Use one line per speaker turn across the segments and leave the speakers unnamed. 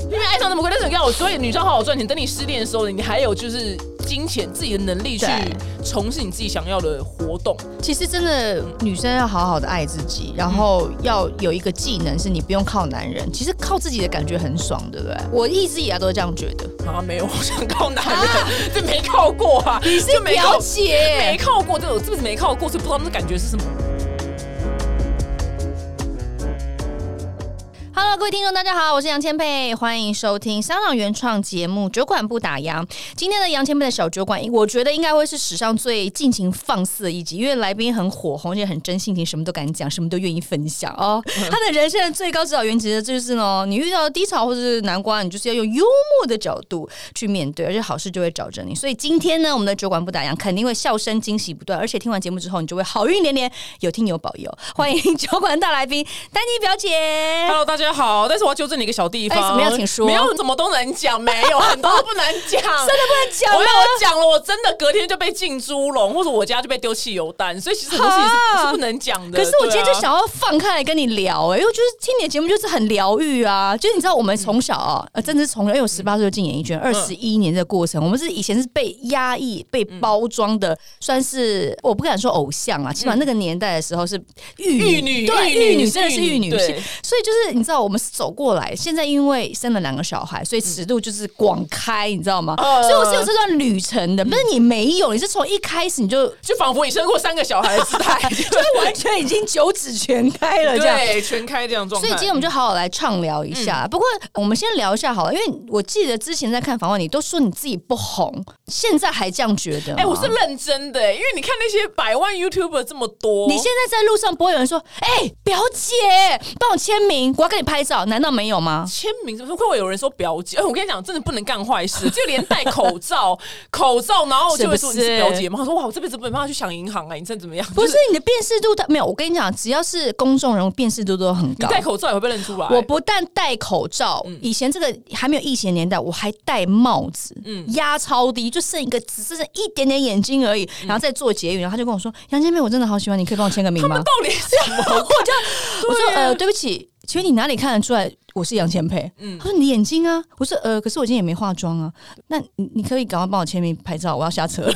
因为爱上那么贵，但是你看我，所以女生好好赚钱。等你失恋的时候，你还有就是金钱、自己的能力去
对
从事你自己想要的活动。
其实真的，女生要好好的爱自己，然后要有一个技能是你不用靠男人，其实靠自己的感觉很爽，对不对？我一直以来都是这样觉得。
啊，没有，我想靠男 人，这没靠过啊，你是没靠
了，解
没，靠过，这我这辈子没靠过，所以不知道那感觉是什么。
Hello，各位听众，大家好，我是杨千佩，欢迎收听香港原创节目《酒馆不打烊》。今天的杨千佩的小酒馆，我觉得应该会是史上最尽情放肆的一集，因为来宾很火红，而且很真性情，什么都敢讲，什么都愿意分享哦。他的人生的最高指导原则就是呢，你遇到低潮或者是难关，你就是要用幽默的角度去面对，而且好事就会找着你。所以今天呢，我们的酒馆不打烊，肯定会笑声惊喜不断，而且听完节目之后，你就会好运连连，有听有保佑。欢迎酒馆大来宾丹妮表姐。
Hello，大家好，但是我要纠正你一个小地方，
哎哎怎么样请说
没有怎么都能讲，没有很多都不能 讲，真
真的不能讲
我
吗
要我讲了，我真的隔天就被进猪笼，或者我家就被丢汽油弹，所以其实很多事情是
哈
是不能讲的。
可是我今天就
对啊
想要放开来跟你聊、哎，因为我觉得听你的节目就是很疗愈啊。就是你知道，我们从小啊，呃，真的是从小，因为我十八岁就进演艺
嗯
圈，二十一年这个过程，我们是以前是被压抑、被包装的，算是我不敢说偶像啊，起码那个年代的时候是
嗯
玉
玉女
对，
玉女
玉女
是
真的是
玉
玉
女
女，
对
所以就是你知道，我们是走过来，现在因为生了两个小孩，所以尺度就是广开，你知道吗？
呃
所以我是有这段旅程的，但是你没有，你是从一开始你就。
就仿佛你生过三个小孩的姿 态，
就完全已经九指全开了，这样。
对，全开这样的状
所
态。
以今天我们就好好来畅聊一下。不过我们先聊一下好了，因为我记得之前在看访问，你都说你自己不红，现在还这样觉得吗？
哎、我是认真的、因为你看那些百万 YouTuber 这么多，
你现在在路上不会有人说：“哎、表姐，帮我签名，我要跟你拍照。”难道没有吗？
签名，怎么会不会有人说表姐？哎、我跟你讲，真的不能干坏事，就连戴口罩， 口罩，然后就会说
是
你
不是
是表姐吗？我说哇，我这辈子没办法去想银行哎、你这怎么样？
不
就是是
你的辨识度，它没有。我跟你讲，只要是公众人物，辨识度都很
你
高。
戴口罩也会被认出来。
我不但戴口罩，以前这个还没有疫情的年代，我还戴帽子，
嗯
压超低，就剩一个只剩一点点眼睛而已，然后再做结语，然后他就跟我说：“杨千妹，我真的好喜欢你，可以帮我签个名
他
吗
们到底是什？”
我
么？
就我说：“呃，对不起，请问你哪里看得出来我是杨千佩？”他说：“你的眼睛啊。”我说：“呃，可是我今天也没化妆啊。那你你可以赶快帮我签名拍照，我要下车 了。”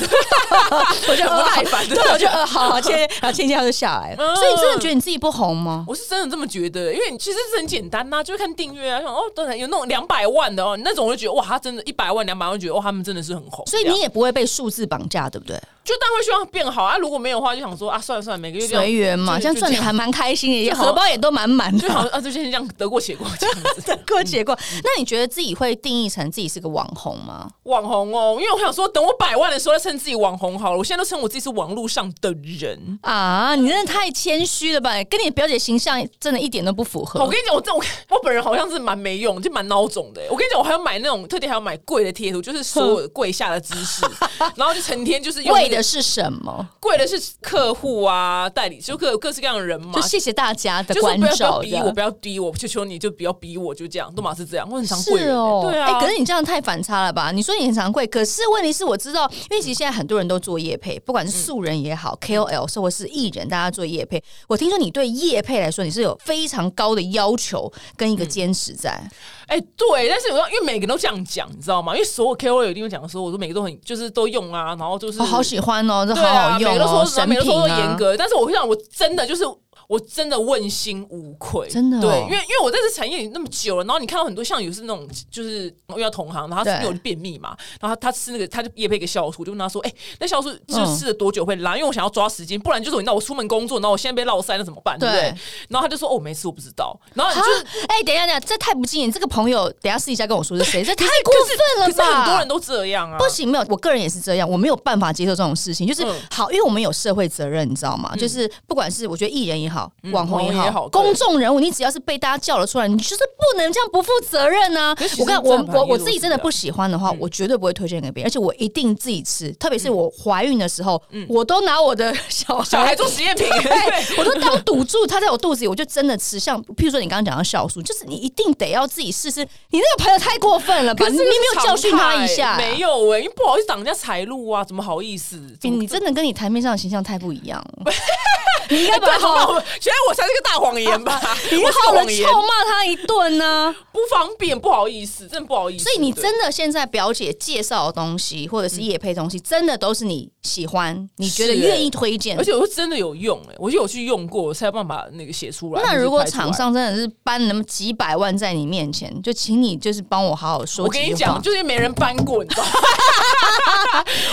我就
不耐烦
呃对，我就呃，好好签，然后签一下就下来了。所以你真的觉得你自己不红吗？
我是真的这么觉得，因为你其实是很简单呐、就看订阅啊，想哦，当然有那种两百万的哦，那种我就觉得哇，他真的，一百万、两百万，觉得哦哇，他们真的是很红。
所以
这样
你也不会被数字绑架，对不对？
就当然会希望变好啊，如果没有的话，就想说啊，算了算了，每个月这样
随缘嘛，
就
这样赚的
就
还蛮开心的，也
就好
荷包也都满满
就好
的。
像啊，就先这样得过且过这样子。
过结果，那你觉得自己会定义成自己是个网红吗？
网红哦，因为我想说，等我百万的时候，再称自己网红好了。我现在都称我自己是网络上的人。
啊，你真的太谦虚了吧，跟你表姐形象真的一点都不符合
我。跟你讲，我这我我本人好像是蛮没用，就蛮孬种的。我跟你讲，我还要买那种特地还要买贵的贴图，就是所有跪下的姿 势，然后就成天就是用那
为
个
的是什么？
贵的是客户啊、代理，就各各式各样的人嘛
就。谢谢大家的
就是
关
不要不要
照，
逼我，不要逼我，求求你就不要逼我，就这样，都马是这样，我很常跪
是
人、
哦，
对啊，
哎可是你这样太反差了吧？你说你很常贵，可是问题是我知道，因为其实现在很多人都做业配，不管是素人也
嗯
好、KOL 或者是艺人，大家做业配。我听说你对业配来说，你是有非常高的要求跟一
嗯
个坚持在。
哎、对，但是我说，因为每个人都这样讲，你知道吗？因为所有 KOL 有一定会讲说，我说每个都很就是都用啊，然后就是、
我、好喜欢哦，这
对
好
啊，
好用
每个都
哦，
说
神
每个都
品
说
啊，
严格，但是我会想，我真的就是。我真的问心无愧，
真的哦
对，因为因为我在这产业里那么久了，然后你看到很多像有是那种就是遇到同行，然后他
对
是有便秘嘛，然后他吃那个他就也配一个酵素，我就问他说，哎、那酵素就
嗯
是吃了多久会拉？因为我想要抓时间，不然就是你知道我出门工作，然后我现在被落塞，那怎么办？对不
对
对？然后他就说，哦，没事，我不知道。然后
啊
你就！
哎、等一下，等一下，这太不敬业！这个朋友，等一下私底下跟我说是谁，这太过
可是
分了
可是
吧？
很多人都这样啊，
不行，没有，我个人也是这样，我没有办法接受这种事情。就是、
嗯
好，因为我们有社会责任，你知道吗？就是不管是我觉得艺人也好好，网红也
嗯网红也
好，
好对
公众人物，你只要是被大家叫了出来，你就是不能这样不负责任啊
可是！其
我
实
看我
正版
我
也
我
有
自己
这
真的
样嗯
不喜欢的话，我绝对不会推荐给别人，而且我一定自己吃。特别是我怀孕的时候，我都拿我的小孩
嗯小孩做实验品，
对，我都当赌注，它在我肚子里，我就真的吃。像譬如说你刚刚讲到酵素，就是你一定得要自己试试。你那个朋友太过分了吧？
可
你
是
你
这
没
个是
有教训他一下、
常态没有哎、因为不好意思挡人家财路啊，怎么好意思？
哎、
怎么
你真的跟你台面上的形象太不一样了。你应
哎
该
对，
把
好吧，
好，
我觉得我才是个大谎言吧，
你
我是
好
个
了
谎言
臭，骂他一顿 呢、
不方便，不好意思，真的不好意思。
所以你
对
真的现在表姐介绍的东西，或者是业配东西，真的都是你喜欢，你觉得
是
愿意推荐
而。且我是真的有用哎、我就有去用过，我才有办法那个写出来。
那如果
或者是拍出来
厂，商真的是搬那么几百万在你面前，就请你就是帮我好好说
我
几
跟
句
你
话。
讲，就是没人搬过，你知道吗？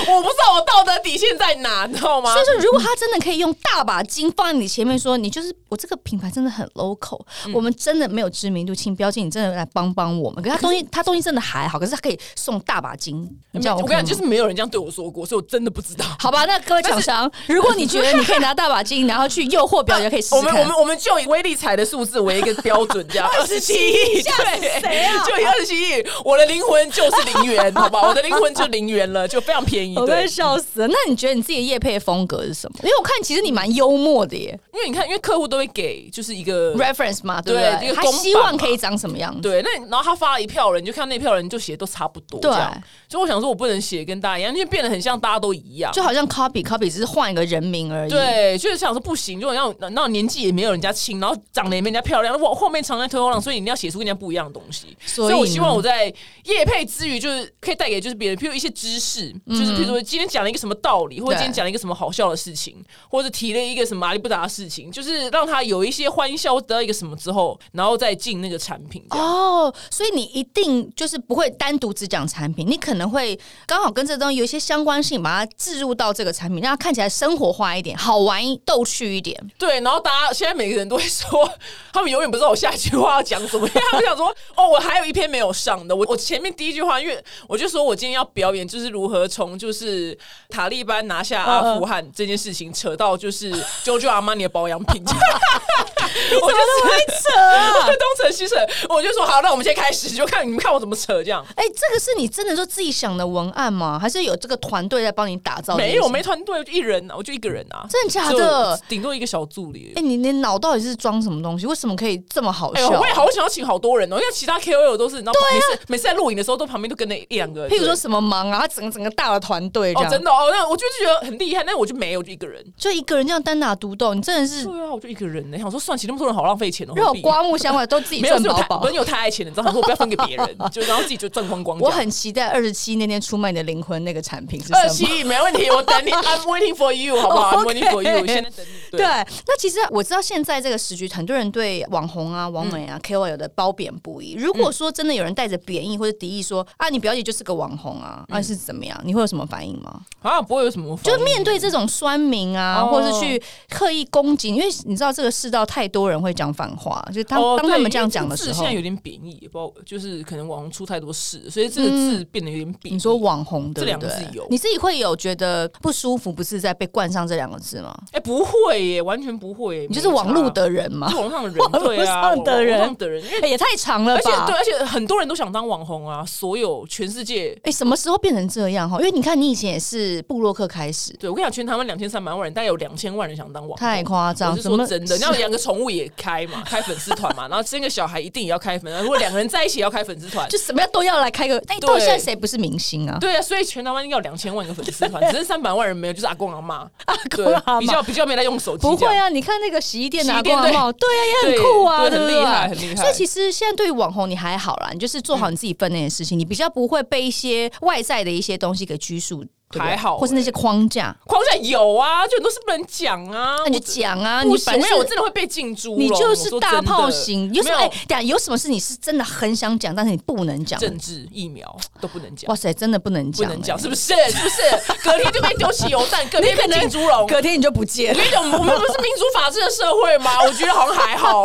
我不知道我道德底线在哪，你知道吗
所？以说，如果他真的可以用大把金放在你前面说，你就是我这个品牌真的很 local，、我
嗯
们真的没有知名度，请标姐你真的来帮帮我们。
嗯
可是他东西，他东西真的还好，可是他可以送大把金，你知道
我跟你
感
讲，就是没有人这样对我说过，所以我真的不知道。
好吧，那各位厂商，如果你觉得你可以拿大把金，然后去诱惑表姐，可以试
我
试
们
看。
我们我们就以微利财的数字为一个标准，这 样二十七亿，
吓死
对，
谁啊
就以二十七亿，我的灵魂就是零 元，好吧，我的灵魂就零元了，就非常便宜。
我
对
被，笑死了。那你觉得你自己的业配风格是什么？因为我看其实你蛮幽默的耶
因为你看，因为客户都会给就是一个
，reference 嘛，对不
对
对？
一个
他
公版
希望
嘛
可以长什么样子？
对，那你然后他发了一票人，你就看那票人就写都差不多，
对
这样。所以我想说，我不能写跟大家一样，因为变得很像大家都一样。
就好像 copy copy 只是换一个人名而已。
对，就是想说不行，就像那那年纪也没有人家轻，然后长得也没人家漂亮，我后面常在推后浪，所以你一定要写出跟人家不一样的东西。
所
所以
以呢
我希望我在业配之余，就是可以带给就是别人，譬如一些知识，
嗯
就是譬如说今天讲了一个什么道理，或者
对
今天讲了一个什么好笑的事情，或者提了一个什么阿里不达的事情，就是让他有一些欢笑，或得到一个什么之后，然后再进那个产品这样。
哦，所以你一定就是不会单独只讲产品，你可能会刚好跟这东西有一些相关性，把它置入到这个产品，让它看起来生活化一点、好玩一、逗趣一点。
对，然后大家现在每个人都会说，他们永远不知道我下一句话要讲什么，因为他们想说， 哦，我还有一篇没有上的，我我前面第一句话，因为我就说我今天要表演就是如何从就是塔利班拿下阿富汗这件事情扯到就是 JoJo 阿玛尼的保养品， 我就
太扯啊！
是 东扯西扯，我就说好，那我们先开始，就看你们看我怎么扯这样。
哎、这个是你真的就自己想的文案吗？还是有这个团队在帮你打造？
没有，没。团队，我就一人啊，我就一个人啊，
真的假的
就我顶多一个小助理而已。
哎、你你脑到底是装什么东西？为什么可以这么好
哎呦，
笑？啊
我也好想要请好多人哦，因为其他 KOL 都是，你知道，每次每次在录影的时候，都旁边都跟那一两个。
譬如
对
说什么忙啊，他整个整个大的团队这
哦，
样，
真的哦，那我就觉得很厉害，那我就没有，就一个人。
就一个人这样单打独斗，你真的 是
对啊，我就一个人呢，想说算起那么多人好浪费钱哦，
让
何
我
必
刮目相看，都自己
没有
赚
是
饱
我太
饱
我。有太爱钱了，你知道，想说我不要分给别人，就然后自己就赚光光这
我
样。
很期待二十七那天出卖你的灵魂那个产品是
二
什
七
么。
亿没问题，我等 你，I'm waiting for you，好不好
OK
？I'm waiting for you，现在等你。
对，啊那其实我知道现在这个时局，很多人对网红啊、网美
嗯
啊、KOL 的褒贬不一。如果说真的有人带着贬义或者敌意说啊，你表姐就是个网红啊，
嗯
啊是怎么样？你会有什么反应吗？
啊，不会有什么反
就
应，
面对这种酸民啊，
哦
或者是去刻意攻击，因为你知道这个世道太多人会讲反话，就是当、
哦
当他
对
们这样
因为
讲的
个
时
字
候
现在，有点贬义，也不知道就是可能网红出太多事，所以这个字变得有点贬义。
嗯你说网红
这
对不
两个
对
字有？
你自己会有觉得不舒服，不是在被冠上这两个字吗？
哎、不会耶，完全不会耶。
你就是网络
络，
的人嘛
就。网上的人，
网络
对啊，
上的人
网络上的人，因为
也太长了
而且对，
吧！
而且很多人都想当网红啊，所有全世界。
哎、什么时候变成这样哈？因为你看，你以前也是布洛克开始，
对，我跟你讲，全台湾两千三百万人，大概有两千万人想当网红。
太夸
我
张，
是
怎
说
么
真的，你要养个宠物也开嘛，开粉丝团 嘛，然后生个小孩一定也要开粉丝团，如果两个人在一起也要开粉丝团
就。什么样都要来开个？哎、
对
到底现在谁不是明星啊？
对啊，所以全台湾应该有两千万个粉丝 团，只是三百万人没有，就是阿公阿妈，
公
对
阿嬷
比较比较没在用手机，
不会，啊，你看那个洗衣店的阿
洗衣店
公阿嬷，对啊，也很
对
酷啊，
对
对不
很
对
厉害很厉害嗯
所以其实现在对于网红你还好啦，你就是做好你自己分内的事情，你比较不会被一些外在的一些东西给拘束，对不对
还好
或是那
欸
些框架，
框架有啊，就很多事不能讲啊，
那你
我
就讲啊，
不
你
行，
反
因为
正
我真的会被禁猪笼，
你就
我
是
说
大
真的
炮型，有什
没
么
有
哎，等一下有什么事你是真的很想讲，但是你不能讲的？
政治疫苗都不能讲
哇。塞，真的不能
不
讲、
能
欸
讲，是不是？是不是？ 隔天就被丢汽油弹，隔天被进猪笼。
隔欸天你就不见
我
了。
跟你讲，我们不是民主法治的社会吗？我觉得好像还 好，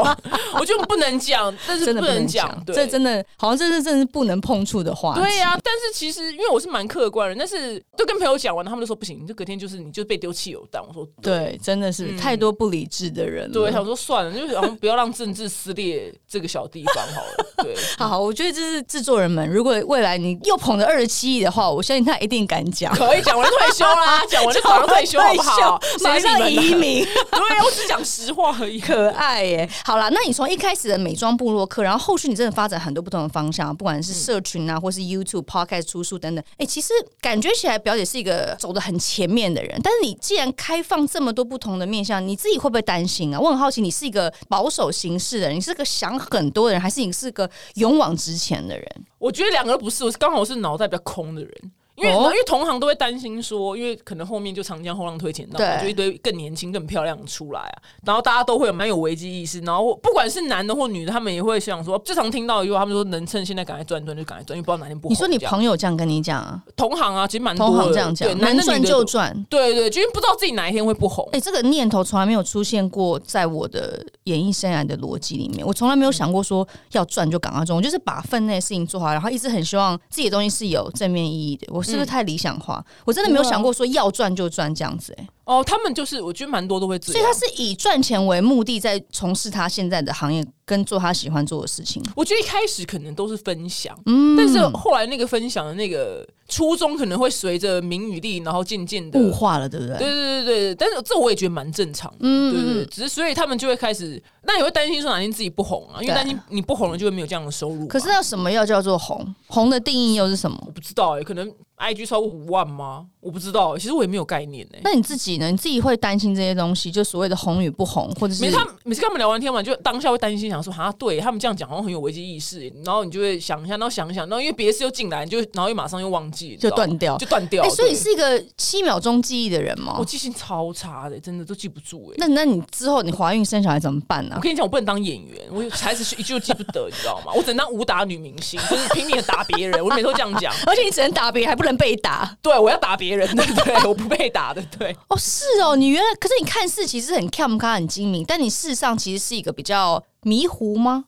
我觉得不能讲，但是
真的不能
能
讲，
对，
这真的好像这是真的是不能碰触的话题。
对呀、但是其实因为我是蛮客观的，但是就跟跟朋友讲完，他们就说不行，你这隔天就是你就被丢汽油弹。我说
对，真的是、太多不理智的人了。
嗯对，想说算了，就是好像不要让政治撕裂这个小地方好了。对，
好，我觉得这是制作人们，如果未来你又捧着二十七亿的话，我相信他一定敢讲。
可以讲完就退休 啦，讲完就马上退休好不好？
马上
谁理
移
你们啊。
民，
对，我只讲实话而已。
可爱耶！好啦，那你从一开始的美妆部落客，然后后续你真的发展很多不同的方向，不管是社群啊，或是 YouTube、Podcast、出书等等。哎、其实感觉起来表姐是一个走的很前面的人，但是你既然开放这么多不同的面向，你自己会不会担心啊？我很好奇，你是一个保守行事的人，你是个想很多的人，还是你是个勇往直前的人？
我觉得两个都不是，我是刚好我是脑袋比较空的人。因为、
哦
因为同行都会担心说，因为可能后面就长江后浪推前
对
浪，就一堆更年轻、更漂亮的出来啊，然后大家都会有蛮有危机意识，然后不管是男的或女的，他们也会想说，最常听到一句话，他们说能趁现在赶快赚一赚就赶快赚，因为不知道哪天不
你说
红哦
你
这样
朋友这样跟你讲啊，
同行啊，其实蛮多
同行
的
这样
对
讲，
男
能
的
赚
女的
就
都
赚。
对对，就因为不知道自己哪一天会不红
哎、。这个念头从来没有出现过在我的演艺生涯的逻辑里面，我从来没有想过说要赚就赶快赚，我就是把分内的事情做好，然后一直很希望自己的东西是有正面意义的。我是不是太理想化？我真的没有想过说要赚就赚这样子、哎，
哦，他们就是我觉得蛮多都会这
所以他
样。
是以赚钱为目的在从事他现在的行业跟做他喜欢做的事情。
我觉得一开始可能都是分享，
嗯
但是后来那个分享的那个初衷可能会随着名与利，然后渐渐的
物化了，对不对？
啊对对对对，对但是这我也觉得蛮正常的，
嗯
对对对，只是所以他们就会开始，那也会担心说哪天自己不红啊，因为
对
担心你不红了就会没有这样的收入嘛。
可是要什么要叫做红？红的定义又是什么？
我不知道哎、可能 IG 超过五万吗？我不知道欸、其实我也没有概念哎、欸。
那你自己呢？你自己会担心这些东西，就所谓的红与不红，或者是
每次他们每次跟他们聊完天完，就当下会担心，想说啊，对他们这样讲好像很有危机意识欸，然后你就会想一下，然后想一想，然后因为别的事又进来，你就然后又马上又忘记，你知
就
道吗
断掉？
就断掉。
哎、所以你
对
是一个七秒钟记忆的人吗
我？记性超差的，真的都记不住哎、
那那你之后你怀孕生小孩怎么办 呢、
我跟你讲，我不能当演员，我才子是一句都记不得，你 知道吗？我只能当武打女明星，就是拼命的打别人。我每次都这样 讲，
而且你只能打别人，还不能被打
对我要打别人的，对，我不被打的，对。
哦。是哦，你原来可是你看似其实很 cam 咖很精明，但你事实上其实是一个比较迷糊吗？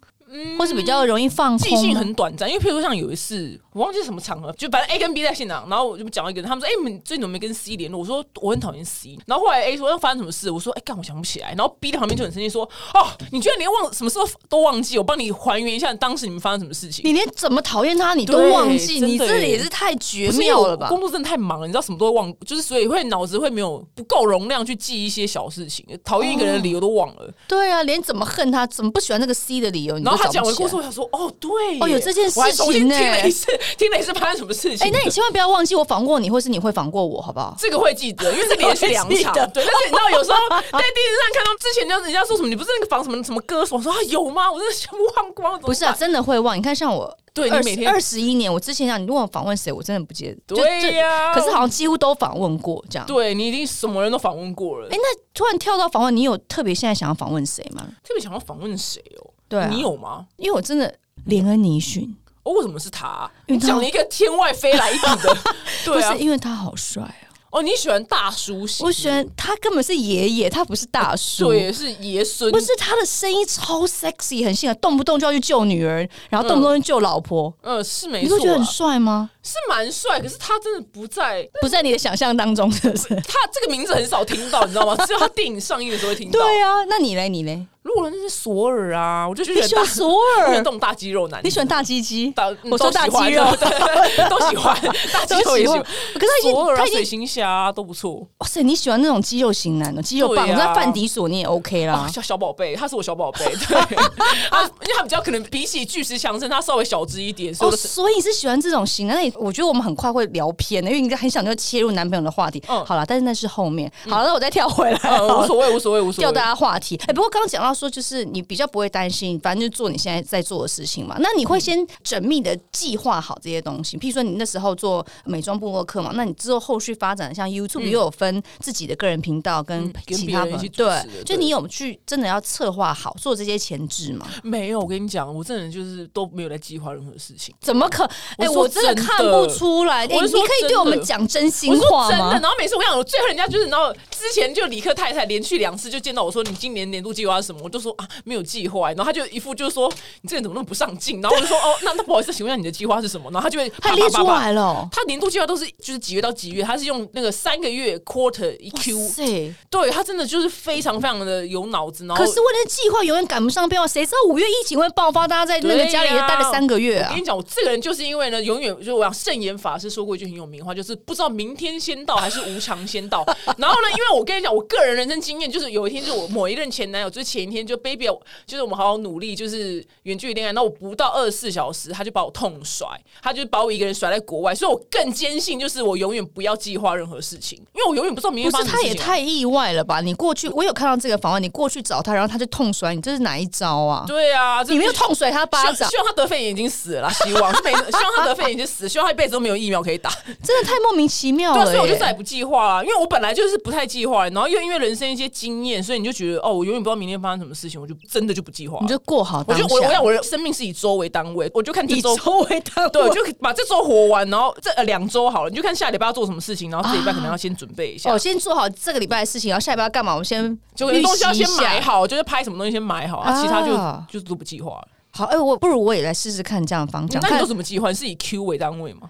或是比较容易放
嗯
空
记
吗？
性很短暂，因为譬如说像有一次，我忘记是什么场合，就反正 A 跟 B 在现场，然后我就讲到一个人，他们说：“哎、你们最近怎么没跟 C 联络？”我说：“我很讨厌 C。”然后后来 A 说：“要发生什么事？”我说：“哎、干，我想不起来。”然后 B 在旁边就很生气说：“哦，你居然连忘什么时候都忘记，我帮你还原一下当时你们发生什么事情。”
你连怎么讨厌他你都
对
忘
真
记，
的
你这
耶
也是太绝
不是因为
妙了
我
吧？
工作真的太忙了，你知道什么都会忘，就是所以会脑子会没有不够容量去记一些小事情，讨厌一个人的理由都忘了。
对啊，连怎么恨他、怎么不喜欢这个 C 的理由，你都
然后他
找
讲
不
完
起
故
来
事，我想说，哦，对耶，
哦有这件事情
我还重新
呢
听了一次，听了一次发生什么事情。
哎、那你千万不要忘记我访过你，或是你会访过我，好不好？
这个会记得，因为这连续 两
这个
场
会记得。
对，但是你知道，有 时候在电视上看到之前，就是人家说什么，你不是那个防什么什么歌手，我说啊有吗？我真的全部忘光了。怎么
不是啊，
办，
真的会忘。你看，像我
对你
二
每
十
天
二十一年，我之前让你问我访问谁，我真的不记得。就
对、呀、
就可是好像几乎都访问过这样。
对你已经什么人都访问过了。
哎、那突然跳到访问，你有特别现在想要访问谁吗？
特别想要访问谁哦？
对啊
你有吗？
因为我真的连恩尼逊，
哦，为什么是他、
因
你
为他
讲了一个天外飞来一笔的，对啊
不是。因为他好帅啊，
哦，你喜欢大叔型？
我喜欢他根本是爷爷，他不是大叔。
对，是爷孙。
不是他的声音超 sexy，很性感，动不动就要去救女儿，然后动不动就救老婆，
嗯，是没
你
错
不
啊，
觉得很帅吗？
是蛮帅，可是他真的不在，
不在你的想象当中，是不是？
他这个名字很少听到，你知道吗？只有他电影上映的时候会听到。
对啊，那你嘞？你 嘞？
如果那是索尔啊，我就觉
你
得
喜
大
欢索
我喜
尔
欢？动大肌肉男，
你喜欢大鸡鸡？
大？
我说大肌 肉
嗯都喜欢都喜欢，大肌肉也喜欢。
可是他已经
索尔
他
啊，
已经
水行侠啊都不错。
哇塞，你喜欢那种肌肉型男的肌肉棒，
对啊
那范迪索你也 OK 啦
啊，。小小宝贝，他是我小宝 贝，对，他因为他比较可能比起巨石强森，他稍微小只一点，所以我
哦，
的
所以你是喜欢这种型的？那你我觉得我们很快会聊偏的，因为你很想就切入男朋友的话题。
嗯
好啦，但是那是后面。好了，那我再跳回来好
呃
了，
无所谓，无所谓，无所
掉
谓
大。家话题。哎、不过刚刚讲到说，就是你比较不会担心，反正就做你现在在做的事情嘛。那你会先缜密的计划好这些东西，譬如说你那时候做美妆部落客嘛，那你之后后续发展像 YouTube 又有分自己的个人频道跟
嗯跟
其
别
他
人
朋
一起
友
主持
对，
的对
就你有去真的要策划好做这些前置嘛？
没有，我跟你讲，我这人就是都没有在计划任何事情。
怎么可？哎、
我说
我真的
真的
看不出来。哎、
我
你
是
可
说
以对
真
我们
的
讲真
我
心
说
话
真的，
吗？
然后每次我跟你讲，我最恨人家就是，然后之前就李克太太连续两次就见到我说你今年年度计划是什么，我就说啊没有计划，然后他就一副就是说你这人怎么那么不上进？然后我就说哦，那那不好意思，请问一下你的计划是什么？然后他就会啪
他列
啪啪
出
啪
来了哦，
他年度计划都是就是几月到几月，他是用那个三个月 quarter 一 Q，
哇塞！
对他真的就是非常非常的有脑子。然后
可是问题是计划永远赶不上变化，谁知道五月疫情会爆发？大家在那个家里也待了三个月
我
啊
跟！你讲，我这个人就是因为呢，永远就我想圣严法师说过一句很有名的话，就是不知道明天先到还是无常先到。 然后呢，因为我跟你讲，我个人人生经验就是有一天，就是我某一任前男友，就是前一天就 baby，我就是我们好好努力，就是远距离恋爱，那我不到二十四小时，他就把我痛甩，他就把我一个人甩在国外，所以我更坚信就是我永远不要计划任何事情，因为我永远不知道明
不
天发
是，
生什
他
么
也
事情啊。
太意外了吧？你过去，我有看到这个访问，你过去找他，然后他就痛甩你，这是哪一招啊？
对啊，这
你没有痛甩他巴
希
掌
望，希望他得肺炎已经死了啦，希望是没， 希望他得肺炎已经死了，希望他一辈子都没有疫苗可以打。
真的太莫名其妙
对啊，
了耶。
所以我就再也不计划了，因为我本来就是不太计划，然后又因为人生一些经验，所以你就觉得哦，我永远不知道明天发生什么事情，我就真的就不计划了。
你就过好
我
当
就
下。
我我想我的生命是以周为单位，我就看这
以
周。
周为单位，
对，我就把这周活完，然后这呃两周好了，你就看下礼拜要做什么事情，然后这礼拜可能要先准备一下，
哦，先做好这个礼拜的事情，然后下礼拜要干嘛？我们先
就可能东西要
预习一
先
下
买。好，就是拍什么东西先买好，啊，其他
啊
就就都不计划了。
好，哎、我不如我也来试试看这样的方向。
那你
看
都怎么计划？你是以 Q 为单位 吗？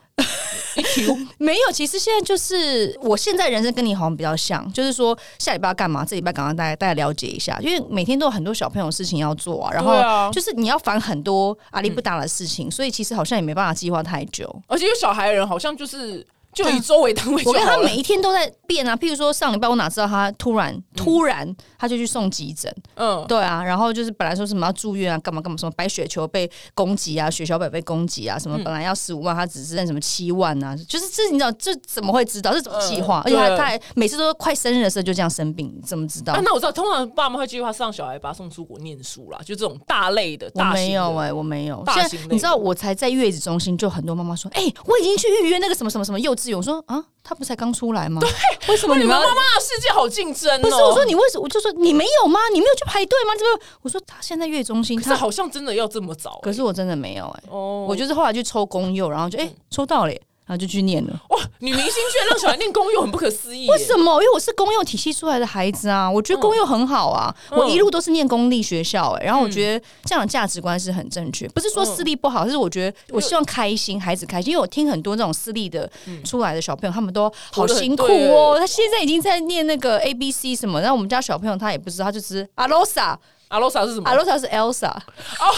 以 Q
没有，其实现在就是我现在人生跟你好像比较像，就是说下礼拜要干嘛，这礼拜赶快大家大家了解一下，因为每天都有很多小朋友的事情要做啊，然
对啊
后就是你要烦很多阿里不达的事情，所以其实好像也没办法计划太久。
而且有小孩的人好像就是就以周为单位就
啊我跟
好
他
了。
每一天都在变啊，譬如说上礼拜我哪知道他突然突然他就去送急诊，
嗯，
对啊，然后就是本来说什么要住院啊，干嘛干嘛，什么白雪球被攻击啊，血小板被攻击啊，
嗯
什么本来要十五万，他只剩什么七万啊，就是这你知道这怎么会知道？这怎么计划？
嗯
而且他
对
他还每次都快生日的时候就这样生病，你怎么知道？
啊，那我知道，通常爸妈会计划上小孩，把他送出国念书啦，就这种大类的，
我
大型
没
的
有哎、我没有。
大
现在
型类的嗯
你知道，我才在月子中心，就很多妈妈说：“哎、我已经去预约那个什么什么什么幼稚园。”我说：“啊，他不才刚出来吗？为什么
哇
你
你
们
们妈
要
妈的世界好竞争哦。
不是，我说你为什么？我就说你没有吗？你没有去排队吗？这个我说他现在月子中心，
可是
他
好像真的要这么早欸、
可是我真的没有哎、
哦，
我就是后来去抽公幼，然后
嗯
就哎、抽到了耶、然后就去念了。
哇，女明星居然让小孩念公幼，很不可思议耶、
为什么？因为我是公幼体系出来的孩子啊，我觉得公幼很好啊，
嗯
我一路都是念公立学校、哎，然后我觉得这样的价值观是很正确，不是
嗯
说私立不好，是我觉得我希望开心，孩子开心，因为我听很多这种私立的出来的小朋友，他们都好辛苦
活得很
哦，
嗯对
他现在已经在念那个 A B C 什么，然后我们家小朋友他也不知道，他就只啊阿罗萨，
阿罗莎是什么？
阿罗萨是 Elsa，
哦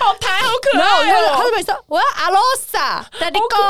好台好可
然后我就
爱
他
哦、
就每次说我要阿罗萨，大力哥，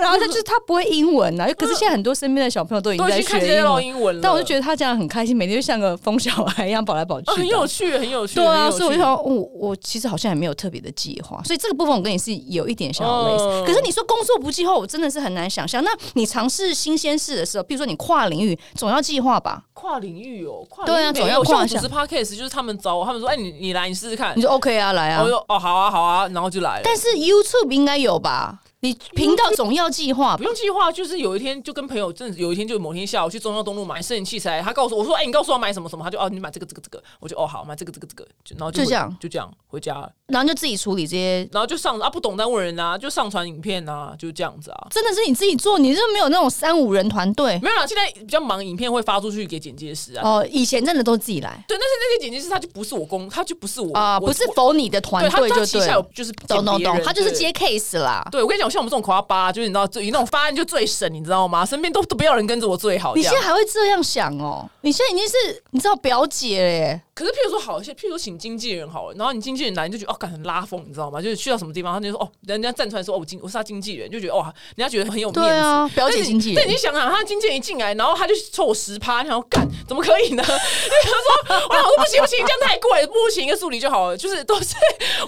然后他就是他不会英文啊，可是现在很多身边的小朋友都已经
都已
在
经开始
学
在
英
唠
文。
英文了，
但我就觉
得、
得他这样很开心，每天就像个疯小孩一样跑来跑去的、
啊很有趣，很有趣。
对
很
啊，
有
所以我就
趣
想，我我其实好像也没有特别的计划，所以这个部分我跟你是有一点小类似。
嗯
可是你说工作不计划，我真的是很难想象。那你尝试新鲜事的时候，比如说你跨领域，总要计划吧？
跨领域哦，跨
对
领
啊
域没
总要
有像
跨
我
一
主
下
持 podcast，就是他们找我，他们说，哎、你你来，你试试看
你。就 OK 啊，来啊
我。就哦，好啊，好啊，然后就来了。
但是 YouTube 应该有吧？你频道总要计划
不
吧？
用计划，就是有一天就跟朋友，真的有一天就某天下午去中央东路买摄影器材，他告诉我我说：“哎、你告诉我要买什么什么？”他就哦，你买这个这个这个，我就哦好买这个这个这个，就然后
就
回
这样
就这样回家了，
然后就自己处理这些。
然后就上啊不懂再问人啊，就上传影片啊，就这样子啊。
真的是你自己做，你就没有那种三五人团队
没有啦，现在比较忙，影片会发出去给剪接师啊。
哦。以前真的都自己来
对，但是那些剪接师他就不是我工，他就不是我
啊、
我
不是否你的团
对他
队
他
就
旗
对
下
了
有。就是剪
懂懂
别人
懂，他就是
对
接 case 啦。
对，我跟你讲，像我们这种口巴，就是你知道，最那种发案就最神，你知道吗？身边都都不要人跟着我最好。
你
这
现
样
在还会这样想哦？你现在已经是你知道表姐了耶，
可是，譬如说好一些，譬如说请经纪人好了，然后你经纪人来，你就觉得哦，感很拉风，你知道吗？就是去到什么地方，他就说哦，人家站出来说哦，我经我是他经纪人，就觉得哇，人家觉得很有面
对
子。
啊，表
但是
姐
你
经纪
但
人
你，想想，他经纪人一进来，然后他就抽我十趴，然后干，怎么可以呢？他说，我想说不行不行，这样太贵，不行，一个助理就好了，就是都是，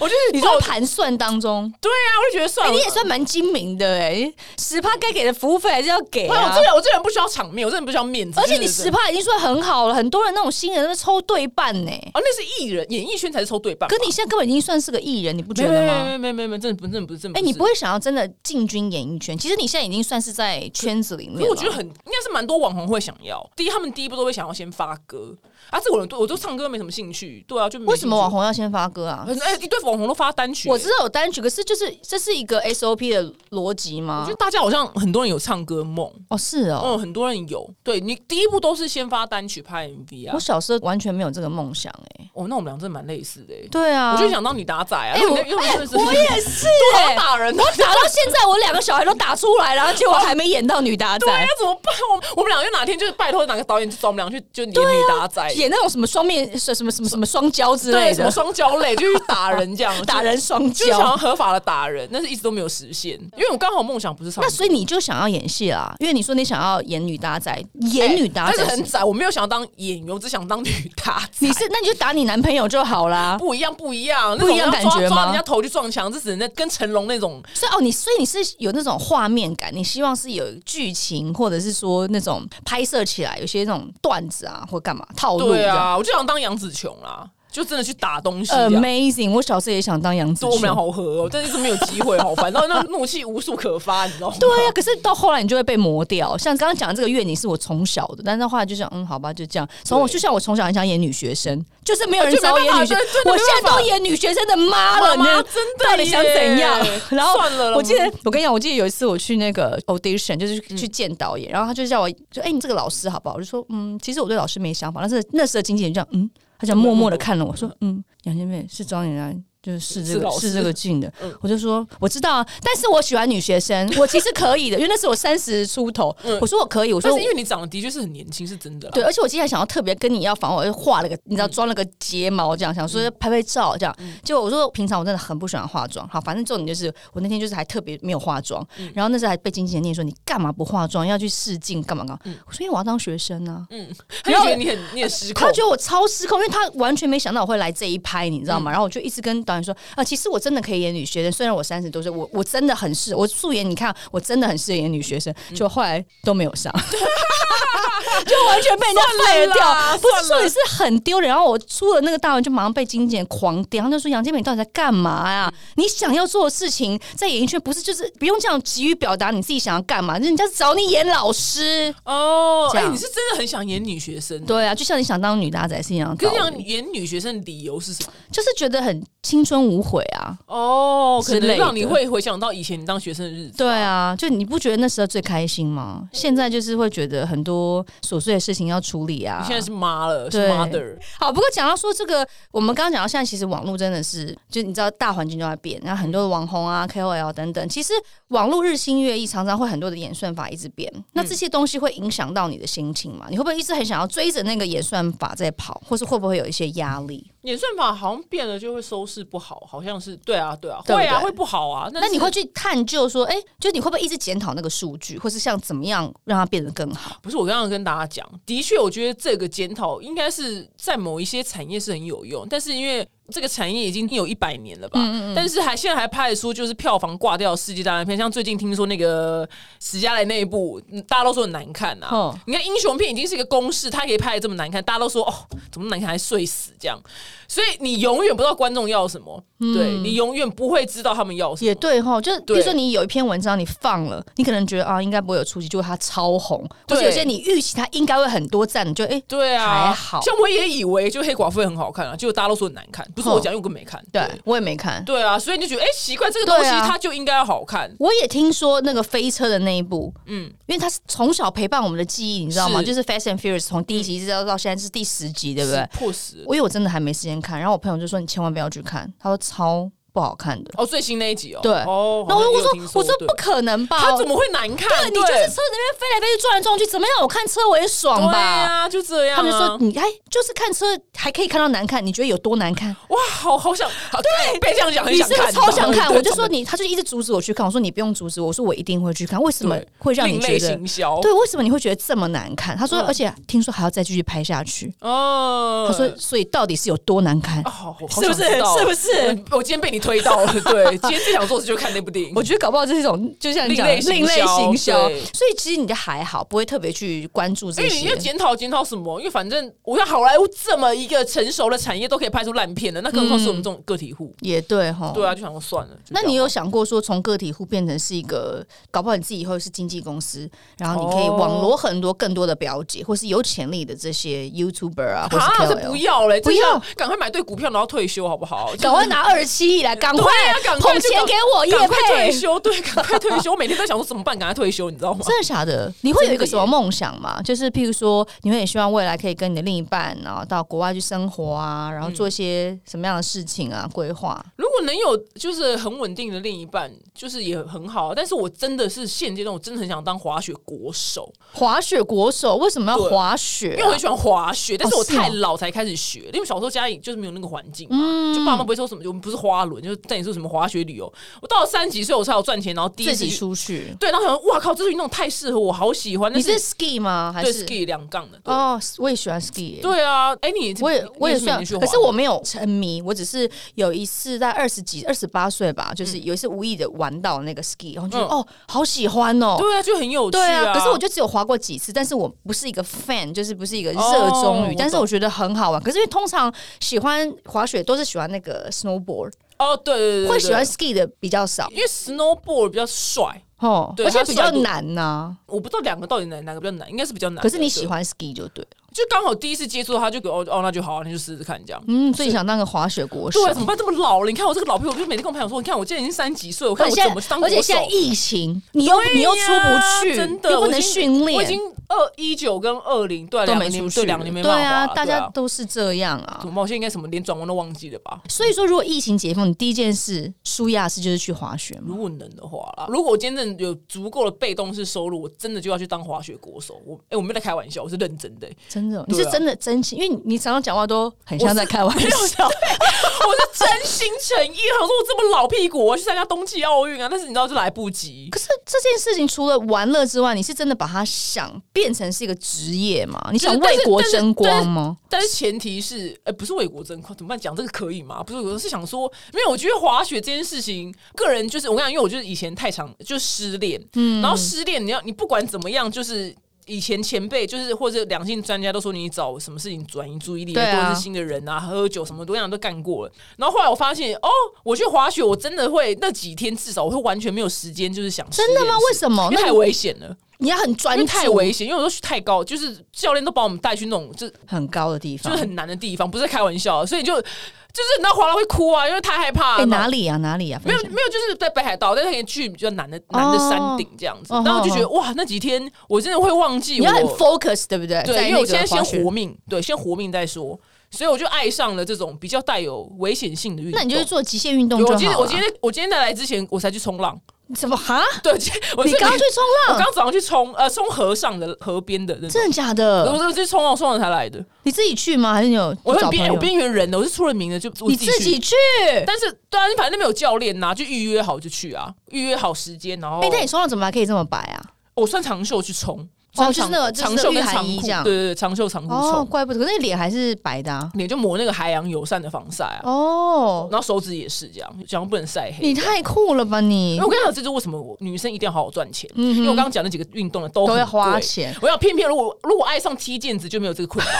我就是
你
做
说盘算当中，
对啊，我就觉得算
哎
了，
你也算蛮精明的哎，十趴该给的服务费还是要给
我我
啊
这。个我这个人不需要场面，我这个人不需要面子，
而且你
就是
十趴已经算很好了，很多人那种新人都抽对半呢。
哦，那是艺人，演艺圈才是抽对半吧，
可你现在根本已经算是个艺人，你不觉
没
得吗？
没没没没没，真的不真的不是真的
哎，
是
你不会想要真的进军演艺圈？其实你现在已经算是在圈子里面
可
了。
是我觉得很应该是蛮多网红会想要，第一他们第一步都会想要先发歌啊，这个人对我对唱歌没什么兴趣，对啊，就没
为什么网
兴
红要先发歌啊？
趣？哎、一堆网红都发单曲、
我知道有单曲，可是就是这是一个 SOP 的逻辑
我
吗
觉得？大家好像很多人有唱歌梦，
哦，是哦，
嗯，很多人有。对你第一步都是先发单曲拍 MV 啊
我，小时候完全没有这个梦梦想哎、
哦，那我们俩真的蛮类似的、欸。
对啊，
我就想到你打仔啊，
哎、
因为
我
你因为
哎
真的是
我也是 哎、
多打人，啊
我打到现在，我两个小孩都打出来了，然后结果还没演到女打仔，
那怎么办？我们我们俩就哪天就是拜托哪个导演就找我们俩去，就演女打仔，
演那种什么双面什什么什么什么双交之
对
类
什么
的，
双交类，就去打人这 样，
打人双
就是想要
交。
合法的打人，但是一直都没有实现，因为我刚好梦想不是唱歌，
那所以你就想要演戏啦，因为你说你想要演女打仔，演女打
但
仔
哎是
是，
很窄，我没有想要当演员，我只想当女打仔。
你是那你就打你男朋友就好 啦。
不一样，不一样，
不一样
那种要抓
感觉吗
抓人家头去撞墙，这只能在跟成龙那种
所以哦，你所以你是有那种画面感，你希望是有剧情，或者是说那种拍摄起来有些那种段子啊，或干嘛套路这
对
样。
啊，我就想当杨紫琼啦，就真的去打东西、啊。
呃 Amazing！我小时候也想当杨紫
说我们俩
琼。
好合哦，但是一直没有机会，好烦。然后那怒气无处可发，你知道吗？
对呀、可是到后来你就会被磨掉。像刚刚讲的这个愿景是我从小的，但是后来就想，嗯，好吧，就这样。从我
对
就像我从小很想演女学生，就是没有人
就没
找我演
办法
女学生
对真，的
我
没
现
办
在
法
都演女学生的妈了，
妈
你
妈真的
到底想
耶
怎样？然后
算了啦，嗯
我记得，我跟你讲，我记得有一次我去那个 audition，就是去去见导演，然后他就叫我，就哎、你这个老师好不好？我就说，嗯，其实我对老师没想法，但是那时候经纪人这样，嗯，他就默默的看了我说，嗯，杨千妹是庄颖然。就是试这
是
个
老师
试这个镜的
嗯，
我就说我知道啊，但是我喜欢女学生，我其实可以的，因为那时候我三十出头
嗯，
我说我可以，我说
但是因为你长得的确是很年轻，是真的啦。嗯
对，而且我今天还想要特别跟你要访问，我就画了个，你知道装了个睫毛这样，想说拍拍照这样。结果我说平常我真的很不喜欢化妆，好，反正重点就是我那天就是还特别没有化妆，
嗯
然后那时候还被经纪人念说你干嘛不化妆，要去试镜干嘛干嘛？
嗯
我说因为我要当学生啊。
他就觉得你很你很失控
他，觉得我超失控，因为他完全没想到我会来这一拍，你知
嗯
道吗？然后我就一直跟导演说啊、其实我真的可以演女学生，虽然我三十多岁，我我真的很适，我素颜你看我真的很适合演女学生，
嗯
就后来都没有 上，就完全被人家废
算了
掉
啦。
不是说你是很丢脸，然后我出了那个大门就马上被经纪人狂刁，他就说杨建美你到底在干嘛呀？
嗯
你想要做的事情在演艺圈不是就是不用这样急于表达你自己想要干嘛，人家是找你演老师。
哦，
这
哎、
样
你是真的很想演女学生，
对啊，就像你想当女大仔是一样的
跟
道
你
理。
讲演女学生的理由是什么？
就是觉得很青春无悔啊。
哦，可
之
能
类的
让你会回想到以前你当学生的日子。
对啊，就你不觉得那时候最开心吗？现在就是会觉得很多琐碎的事情要处理啊。
你现在是妈了，是
对
mother，
好，不过讲到说这个，我们刚刚讲到现在，其实网络真的是，就你知道大环境都在变，然后很多的网红啊、KOL 等等，其实网络日新月异，常常会很多的演算法一直变，
嗯
那这些东西会影响到你的心情嘛？你会不会一直很想要追着那个演算法在跑，或是会不会有一些压力？
演算法好像变了就会收视不好，好像是对啊，对啊，
对不
会啊，
对
会不好啊。但
那你
是
会去探究说，哎、就你会不会一直检讨那个数据，或是像怎么样让它变得更好？
不是我刚刚跟大家讲，的确，我觉得这个检讨应该是在某一些产业是很有用，但是因为这个产业已经有一百年了吧，但是还现在还拍得出就是票房挂掉的世纪大烂片，像最近听说那个史嘉蕾那一部，嗯大家都说很难看啊。
哦
你看英雄片已经是一个公式，它可以拍得这么难看，大家都说哦怎么难看还睡死这样，所以你永远不知道观众要什么，对你永远不会知道他们要什么。
也对哈，就是比如
对
说你有一篇文章你放了，你可能觉得啊应该不会有触及，结果它超红，或
对
者有些你预期它应该会很多赞，你就哎、
对啊，
还好
像我也以为就黑寡妇也很好看啊，结果大家都说很难看，不是我讲，因为我根本没看。
哦对我也没看。
对啊，所以你就觉得哎、奇怪，这个东西
对啊
它就应该要好看。
我也听说那个飞车的那一部，
嗯
嗯，因为它是从小陪伴我们的记忆，你知道吗？
是
就是《Fast and Furious》从第一集一直到到现在是第十集，对不对？
迫使
我因为我真的还没时间看，然后我朋友就说你千万不要去看，他说超不好看的。
哦，最新那一集哦，
对
哦，
然后
好像也
我就
有
说
听
我说
对
不可能吧，
它怎么会难看？
对你就是车子那边飞来飞去、转来转去，怎么样？我看车我也爽
对
吧。
啊，就这样啊。
他们就说：“你哎，就是看车还可以看到难看，你觉得有多难看？
哇，好好想，好对，被这样讲很
你
想
是不
看，
是超想看？”
对
我就说：“你，他就一直阻止我去看。”我说：“你不用阻止我，我说我一定会去看。为什么
对
会让你
另
觉
类
得
行销，
对？为什么你会觉得这么难看？”他说：“
嗯
而且听说还要再继续拍下去。”
哦，
他说：“所以到底是有多难看
哦，？”好好
是
想
不是
知道
是不是？
我我今天被你推到了，对，今天最想做的就是看那部电影
我。觉得搞不好这是一种，就像你讲的
另类行
另类
销
行销
对，
所以其实你就还好，不会特别去关注
因
这
为哎你要
些。
检讨检讨什么？因为反正我看好莱坞这么一个成熟的产业都可以拍出烂片了，那更何况是我们这种个体户？
也对哈，
对啊，就想说算了。就
那
这样
你有想过说，从个体户变成是一个，搞不好你自己以后是经纪公司，然后你可以
哦
网罗很多更多的表姐，或是有潜力的这些 YouTuber 啊，或是
啊，这不
KOL，
要嘞，
不
这
要
赶快买对股票，然后退休好不好？
赶快拿二十七亿来来，赶快
对啊赶快
捧
就
钱
赶
给我叶
赶快退
佩。
休，对，赶快退休。我每天都想说怎么办，赶快退休，你知道吗？
真的假的？你会有一个
真的耶
什么梦想吗？就是譬如说，你会很希望未来可以跟你的另一半，然后到国外去生活啊，然后做一些什么样的事情啊，规划？
如果能有就是很稳定的另一半，就是也很好。但是我真的是现阶段，我真的很想当滑雪国手，
滑雪国手为什么要
对
滑雪、啊
因为我很喜欢滑雪，但是我
是哦嗯
太老才开始学，因为小时候家里就是没有那个环境嘛，就爸妈不会说什么，我们不是花轮，就是带你说什么滑雪旅游。我到了三十几岁，我才有赚钱，然后第一
自
次
己
去，
出去。
对，然后想说，哇靠，这运动太适合我，好喜欢。
你
但
是 ski 吗？还
对
是
ski 两杠的，对
哦，我也喜欢 ski、欸。
对啊，哎、你
我也我也
你是每
算
年去，滑
可是我没有沉迷，我只是有一次在二十几、二十八岁吧，就是有一次无意的玩到那个 ski，然后觉得、
嗯
哦，好喜欢哦。
对啊，就很有趣
对
啊。
可是我就只有滑过几次，但是我不是一个 fan，就是不是一个热衷于
哦
但是我
我
觉得很好玩。可是因为通常喜欢滑雪都是喜欢那个 snowboard，
哦，对对对对
会喜
对
欢 ski 的比较少
因为 snowboard 比较帅，
哦，
对
而且
它
比
帅
较
度
难呐、
我不知道两个到底哪哪个比较难，应该是比较难的。
可是你
对
喜，欢 ski 就对，
就刚好第一次接触到他就给我哦，那就好，那就试试看这样。
嗯，所以想当个滑雪国手
对。啊，怎么办？这么老了，你看我这个老朋友，我就每天跟我朋友说，你看我现在已经三十几岁，我看
而
我
且
怎么当
而且
国
现
手
在疫情，你又、
对呀
你又出不去，
真的
又不
我已
能
经
训
我已
练
经，二一九跟二零对啊
都
两
没
个
出
年
去
对
了，
两个年没
对
办法
啊，
滑
大
对
家
啊
都是这样啊
怎。么办？我现在应该什么连转弯都忘记了吧？
所以说，如果疫情解封，你第一件事舒压是就是去滑雪嘛。
如果能的话啦，如果我今天真的有足够的被动式收入，我真的就要去当滑雪国手。我哎、我没有在开玩笑，我是认真的、欸
真的哦，你
对啊
是真的真心，因为你你常常讲话都很像在开玩 笑。
我是真心诚意。我想说，我这么老屁股，我要去参加冬季奥运啊，但是你知道，就来不及。
可是这件事情除了玩乐之外，你是真的把它想变成是一个职业吗？你
就是
想为国争光吗？
但是前提是，哎、不是为国争光，怎么办？讲这个可以吗？不是，我是想说，因为我觉得滑雪这件事情，个人就是我跟你讲，因为我就是以前太常就失恋，嗯，然后失恋，你要你不管怎么样，就是。以前前辈就是或者两性专家都说你找什么事情转移注意力，
对啊
或者是新的人啊，喝酒什么多样都干过了。然后后来我发现，哦，我去滑雪，我真的会那几天至少我会完全没有时间，就是想
真的吗？为
么？
什么？
因为
那
太
你啊
危险了，
你要很
因
专
为
注，
太危险，因为我都去太高，就是教练都把我们带去那种就是
很高的地
就
方
是。很难的地方，不是在开玩笑，所以就就是那滑了会哭啊，因为太害怕
哎、
了嘛。
哪里啊？哪里啊？
没有
分享
没有，就是在北海道，但是可以去比较难的难的山顶这样子
哦。
然后就觉得哇，那几天我真的会忘记
你要很
我，
focus，对不对？在
对，因为
那个
我现在先
滑雪
活命，对，先活命再说。所以我就爱上了这种比较带有危险性的运动。
那你就是做极限运动
有
就好
我今天我
了。
今天我今天在来之前，我才去冲浪。
怎么哈？
对，今我
你
是
刚刚去冲
我
浪？
刚早上去冲呃冲河上的河边的那种，
真的假
我
的？
这是冲浪冲浪才来的。
你自己去吗？还是你有
我
找
是
朋
边我
友？
边缘人的，我是出了名的，就我
你自
去
己去？
但是对啊，你反正那边有教练呐、就预约好就去啊，预约好时间，然后、
哎、那你冲浪怎么还可以这么白啊？
我穿长袖去冲，
哦
穿
就是
长
那个就是
长
那个
袖跟
御寒
长
衣
裤，
这样
对对对，长袖长裤
哦，
冲，
怪不得，可是你脸还是白的、啊。
脸、就抹那个海洋友善的防晒啊，
哦，
然后手指也是这样，这样不能晒黑。
你太酷了吧你
因为！我跟你讲，这就是为什么我女生一定要好好赚钱，
嗯哼
因为我刚刚讲那几个运动的都
都
很
要花
贵
钱。
我想偏偏如果如果爱上踢毽子就没有这个 困扰，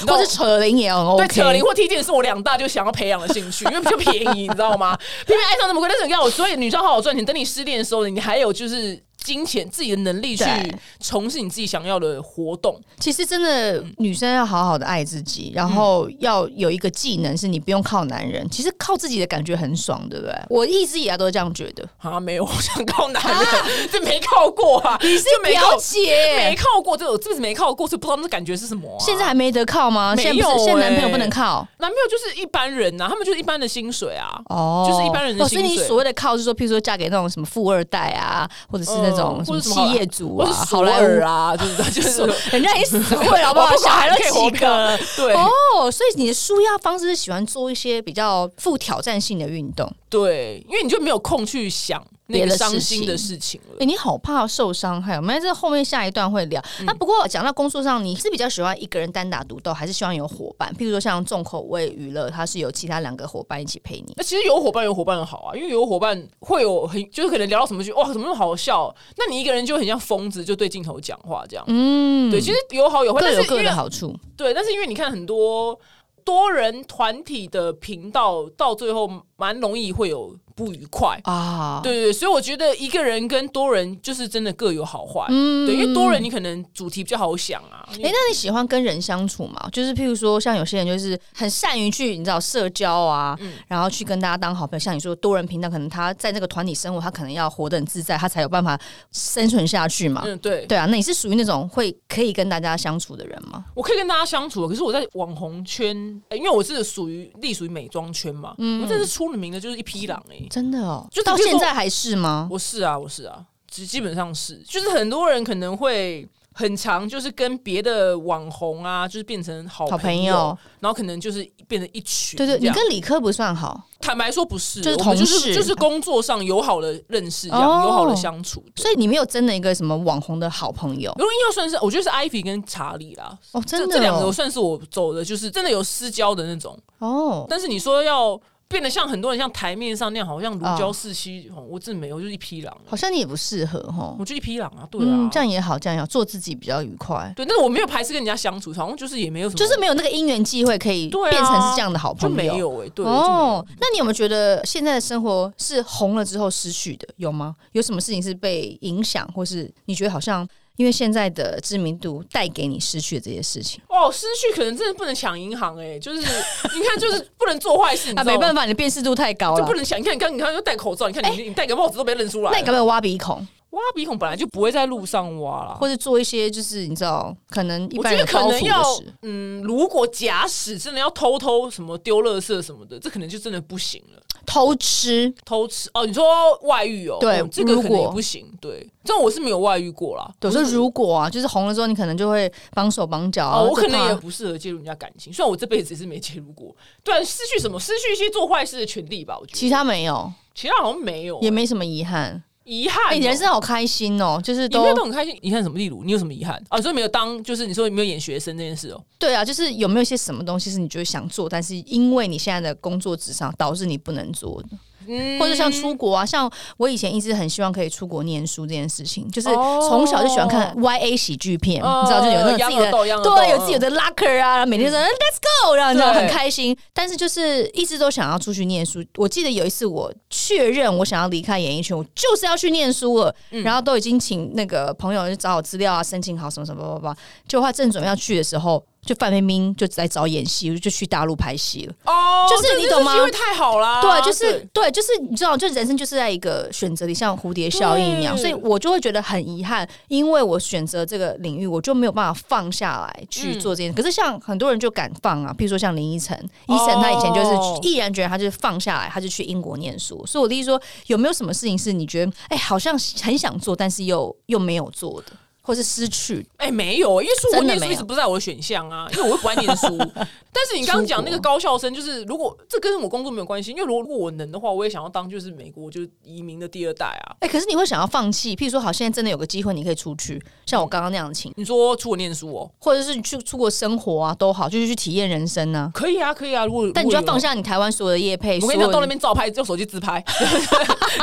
你知道
或
吗
是扯铃也很 OK，
对，扯铃或踢毽是我两大就想要培养的兴 趣，因为比较便宜，你知道吗？偏偏爱上那么贵，但是你看我，所以哎女生好好赚钱。等你失恋的时候，你还有就是金钱、自己的能力去
对
从事你自己想要的活动。
其实真的女生要好好的爱自己，
嗯
然后要有一个技能是你不用靠男人，其实靠自己的感觉很爽，对不对？我一直以来都是这样觉得。
啊，没有，我想靠男
啊
人， 这没靠过啊，你是没
表
靠，
姐
没，靠过，这我这是没靠过，所以不知道那感觉是什么啊、
现在还没得靠吗？
没有
现在不是现在男朋友
欸
不能靠
男朋友就是一般人啊呐、他们就是一般的薪水啊。
哦，
就是一般人的
哦，所以你
薪水
所谓的靠，是说，譬如说嫁给那种什么富二代啊，或者是那种
嗯
什
或者
么
什
企
么
业主
我
啊
是、
好
索
莱坞
尔啊，就是就是，
人家也死会好不
我
好？
不管
小孩都
可以
几
活
个
命
了
啊。对
哦，所以你的舒压方式是喜欢做一些比较富挑战性的运动。
对，因为你就没有空去想
别
那个
的事
伤心的
情
事情了
哎、。你好怕受伤害，我哦们在这后面下一段会聊。
嗯
那不过讲到工作上，你是比较喜欢一个人单打独斗，还是希望有伙伴？譬如说像重口味娱乐，它是有其他两个伙伴一起陪你。
那其实有伙伴有伙伴的好啊，因为有伙伴会有很就是可能聊到什么去哇，怎么那么好笑？那你一个人就很像疯子，就对镜头讲话这样。
嗯，
对，其实有好有坏，
各
但
有
是因
各
为
的好处。
对，但是因为你看很多多人团体的频道，到最后蛮容易会有不愉快。
啊，
对对对，所以我觉得一个人跟多人就是真的各有好坏，嗯，对，因为多人你可能主题比较好想啊，
哎、那你喜欢跟人相处吗？就是譬如说，像有些人就是很善于去你知道社交啊，
嗯
然后去跟大家当好朋友。像你说多人频道，可能他在这个团体生活，他可能要活得很自在，他才有办法生存下去嘛。
嗯，对，
对啊，那你是属于那种会可以跟大家相处的人吗？
我可以跟大家相处，可是我在网红圈，呃因为我是属于隶属于美妆圈嘛，
嗯
我真是出了名的就是一匹狼哎、
真的哦，
就是
到
譬如
现
说
在还是吗？
我是啊，我是啊，基基本上是，就是很多人可能会很常就是跟别的网红啊，就是变成好
好朋
朋
友
然后可能就是变成一群这
对
样，
对，你跟理科不算好，
坦白说不是，
就是
我们
同
就是
事
就是工作上友好的认识这样，
哦
友好的相处，
所以你没有真的一个什么网红的好朋友
如果硬要算是，我觉得是 Ivy 跟查理啦，
哦，真
这
的
这两个我
哦，
算是我走的，就是真的有私交的那种。
哦
但是你说要变得像很多人像台面上那样，好像如胶似漆，哦我真的没有，我就是一匹狼，
啊
啊
好像你也不适合哦
我。就一匹狼啊，对啊，
嗯，这样也好，这样也好，做自己比较愉快，
对。但是我没有排斥跟人家相处，好像就是也没有什么，
就是没有那个因缘际会可以
对啊
变成是这样的好
就
朋友。
没有哎、对，
哦，那你有没有觉得现在的生活是红了之后失去的？有吗？有什么事情是被影响，或是你觉得好像因为现在的知名度带给你失去的这些事情？
就没有哦，失去可能真的不能抢银行哎、就是 你看，就是不能做坏事，你
啊，
知道
没
吗
办法，你的辨识度太高
就
了
不。能想，你看，你看，你看，又戴口罩，你看你、你戴个帽子都被认出来
那
了。
你可不可以挖鼻孔，
挖鼻孔本来就不会在路上挖啦。
或者做一些就是你知道，可能一
我
般
觉
人
得
有
可
包
能
袱
要
的事？，
嗯，如果假使真的要偷偷什么丢垃圾什么的，这可能就真的不行了。
偷吃
偷吃哦，你说外遇哦，
对
哦这个可能
如
也
果
不行。对，这我是没有外遇过啦。
有时候如果啊，就是红了之后，你可能就会绑手绑脚啊。
哦，我可能也
也
不适合介入人家感情，虽然我这辈子也是没介入过。对啊，失去什么？失去一些做坏事的权利吧。我觉得
嗯其他没有，
其他好像没有，啊
也没什么遗憾。
遗憾哦、
哎，你人生好开心哦，就是
你
都
应该都很开心。遗憾什么？例如，你有什么遗憾啊？所以没有当，就是你说你没有演学生这件事哦。
对啊，就是有没有一些什么东西是你觉得想做，但是因为你现在的工作职场导致你不能做的，
嗯
或者像出国啊，像我以前一直很希望可以出国念书这件事情，就是
哦
从小就喜欢看 Y A 喜剧片，
哦
你知道，就有那种自
羊
己
儿斗羊
的
儿斗
对，有
嗯
自己的 locker 啊，每天说嗯 Let's go，然后你知道
对
很开心，但是就是一直都想要出去念书。我记得有一次我确认我想要离开演艺圈，我就是要去念书了，
嗯
然后都已经请那个朋友去找好资料啊，申请好什么什么什么什么，就他正准备要去的时候。就范冰冰就来找演戏，就去大陆拍戏了。
哦，
就是
这
你懂吗
这机会太好啦，
对，就是啊对，就是你知道，就人生就是在一个选择里，像蝴蝶效应一样，
对
所以我就会觉得很遗憾，因为我选择这个领域，我就没有办法放下来去做这件事。可是像很多人就敢放啊，比如说像林依晨，依晨他以前就是
哦
毅然决然，他就是放下来，他就去英国念书。所以我的意思说，有没有什么事情是你觉得哎、好像很想做，但是又又没有做的，或是失去？
哎、没有，因为出国
真
念
的
书
没有
一直不在我的选项啊，因为我又不爱念 书。但是你刚刚讲那个高校生，就是如果这跟我工作没有关系，因为如果如果我能的话，我也想要当就是美国就是移民的第二代啊。
哎、可是你会想要放弃？譬如说，好，现在真的有个机会，你可以出去，像我刚刚那样的情
你说出国念书哦，
或者是你去出国生活啊，都好，就是去体验人生呢、
可以啊，可以啊。如果
但你就要放。
如果
下你台湾所有的业配，
有我跟你
所有
讲，
的
到那边照拍，用手机自拍，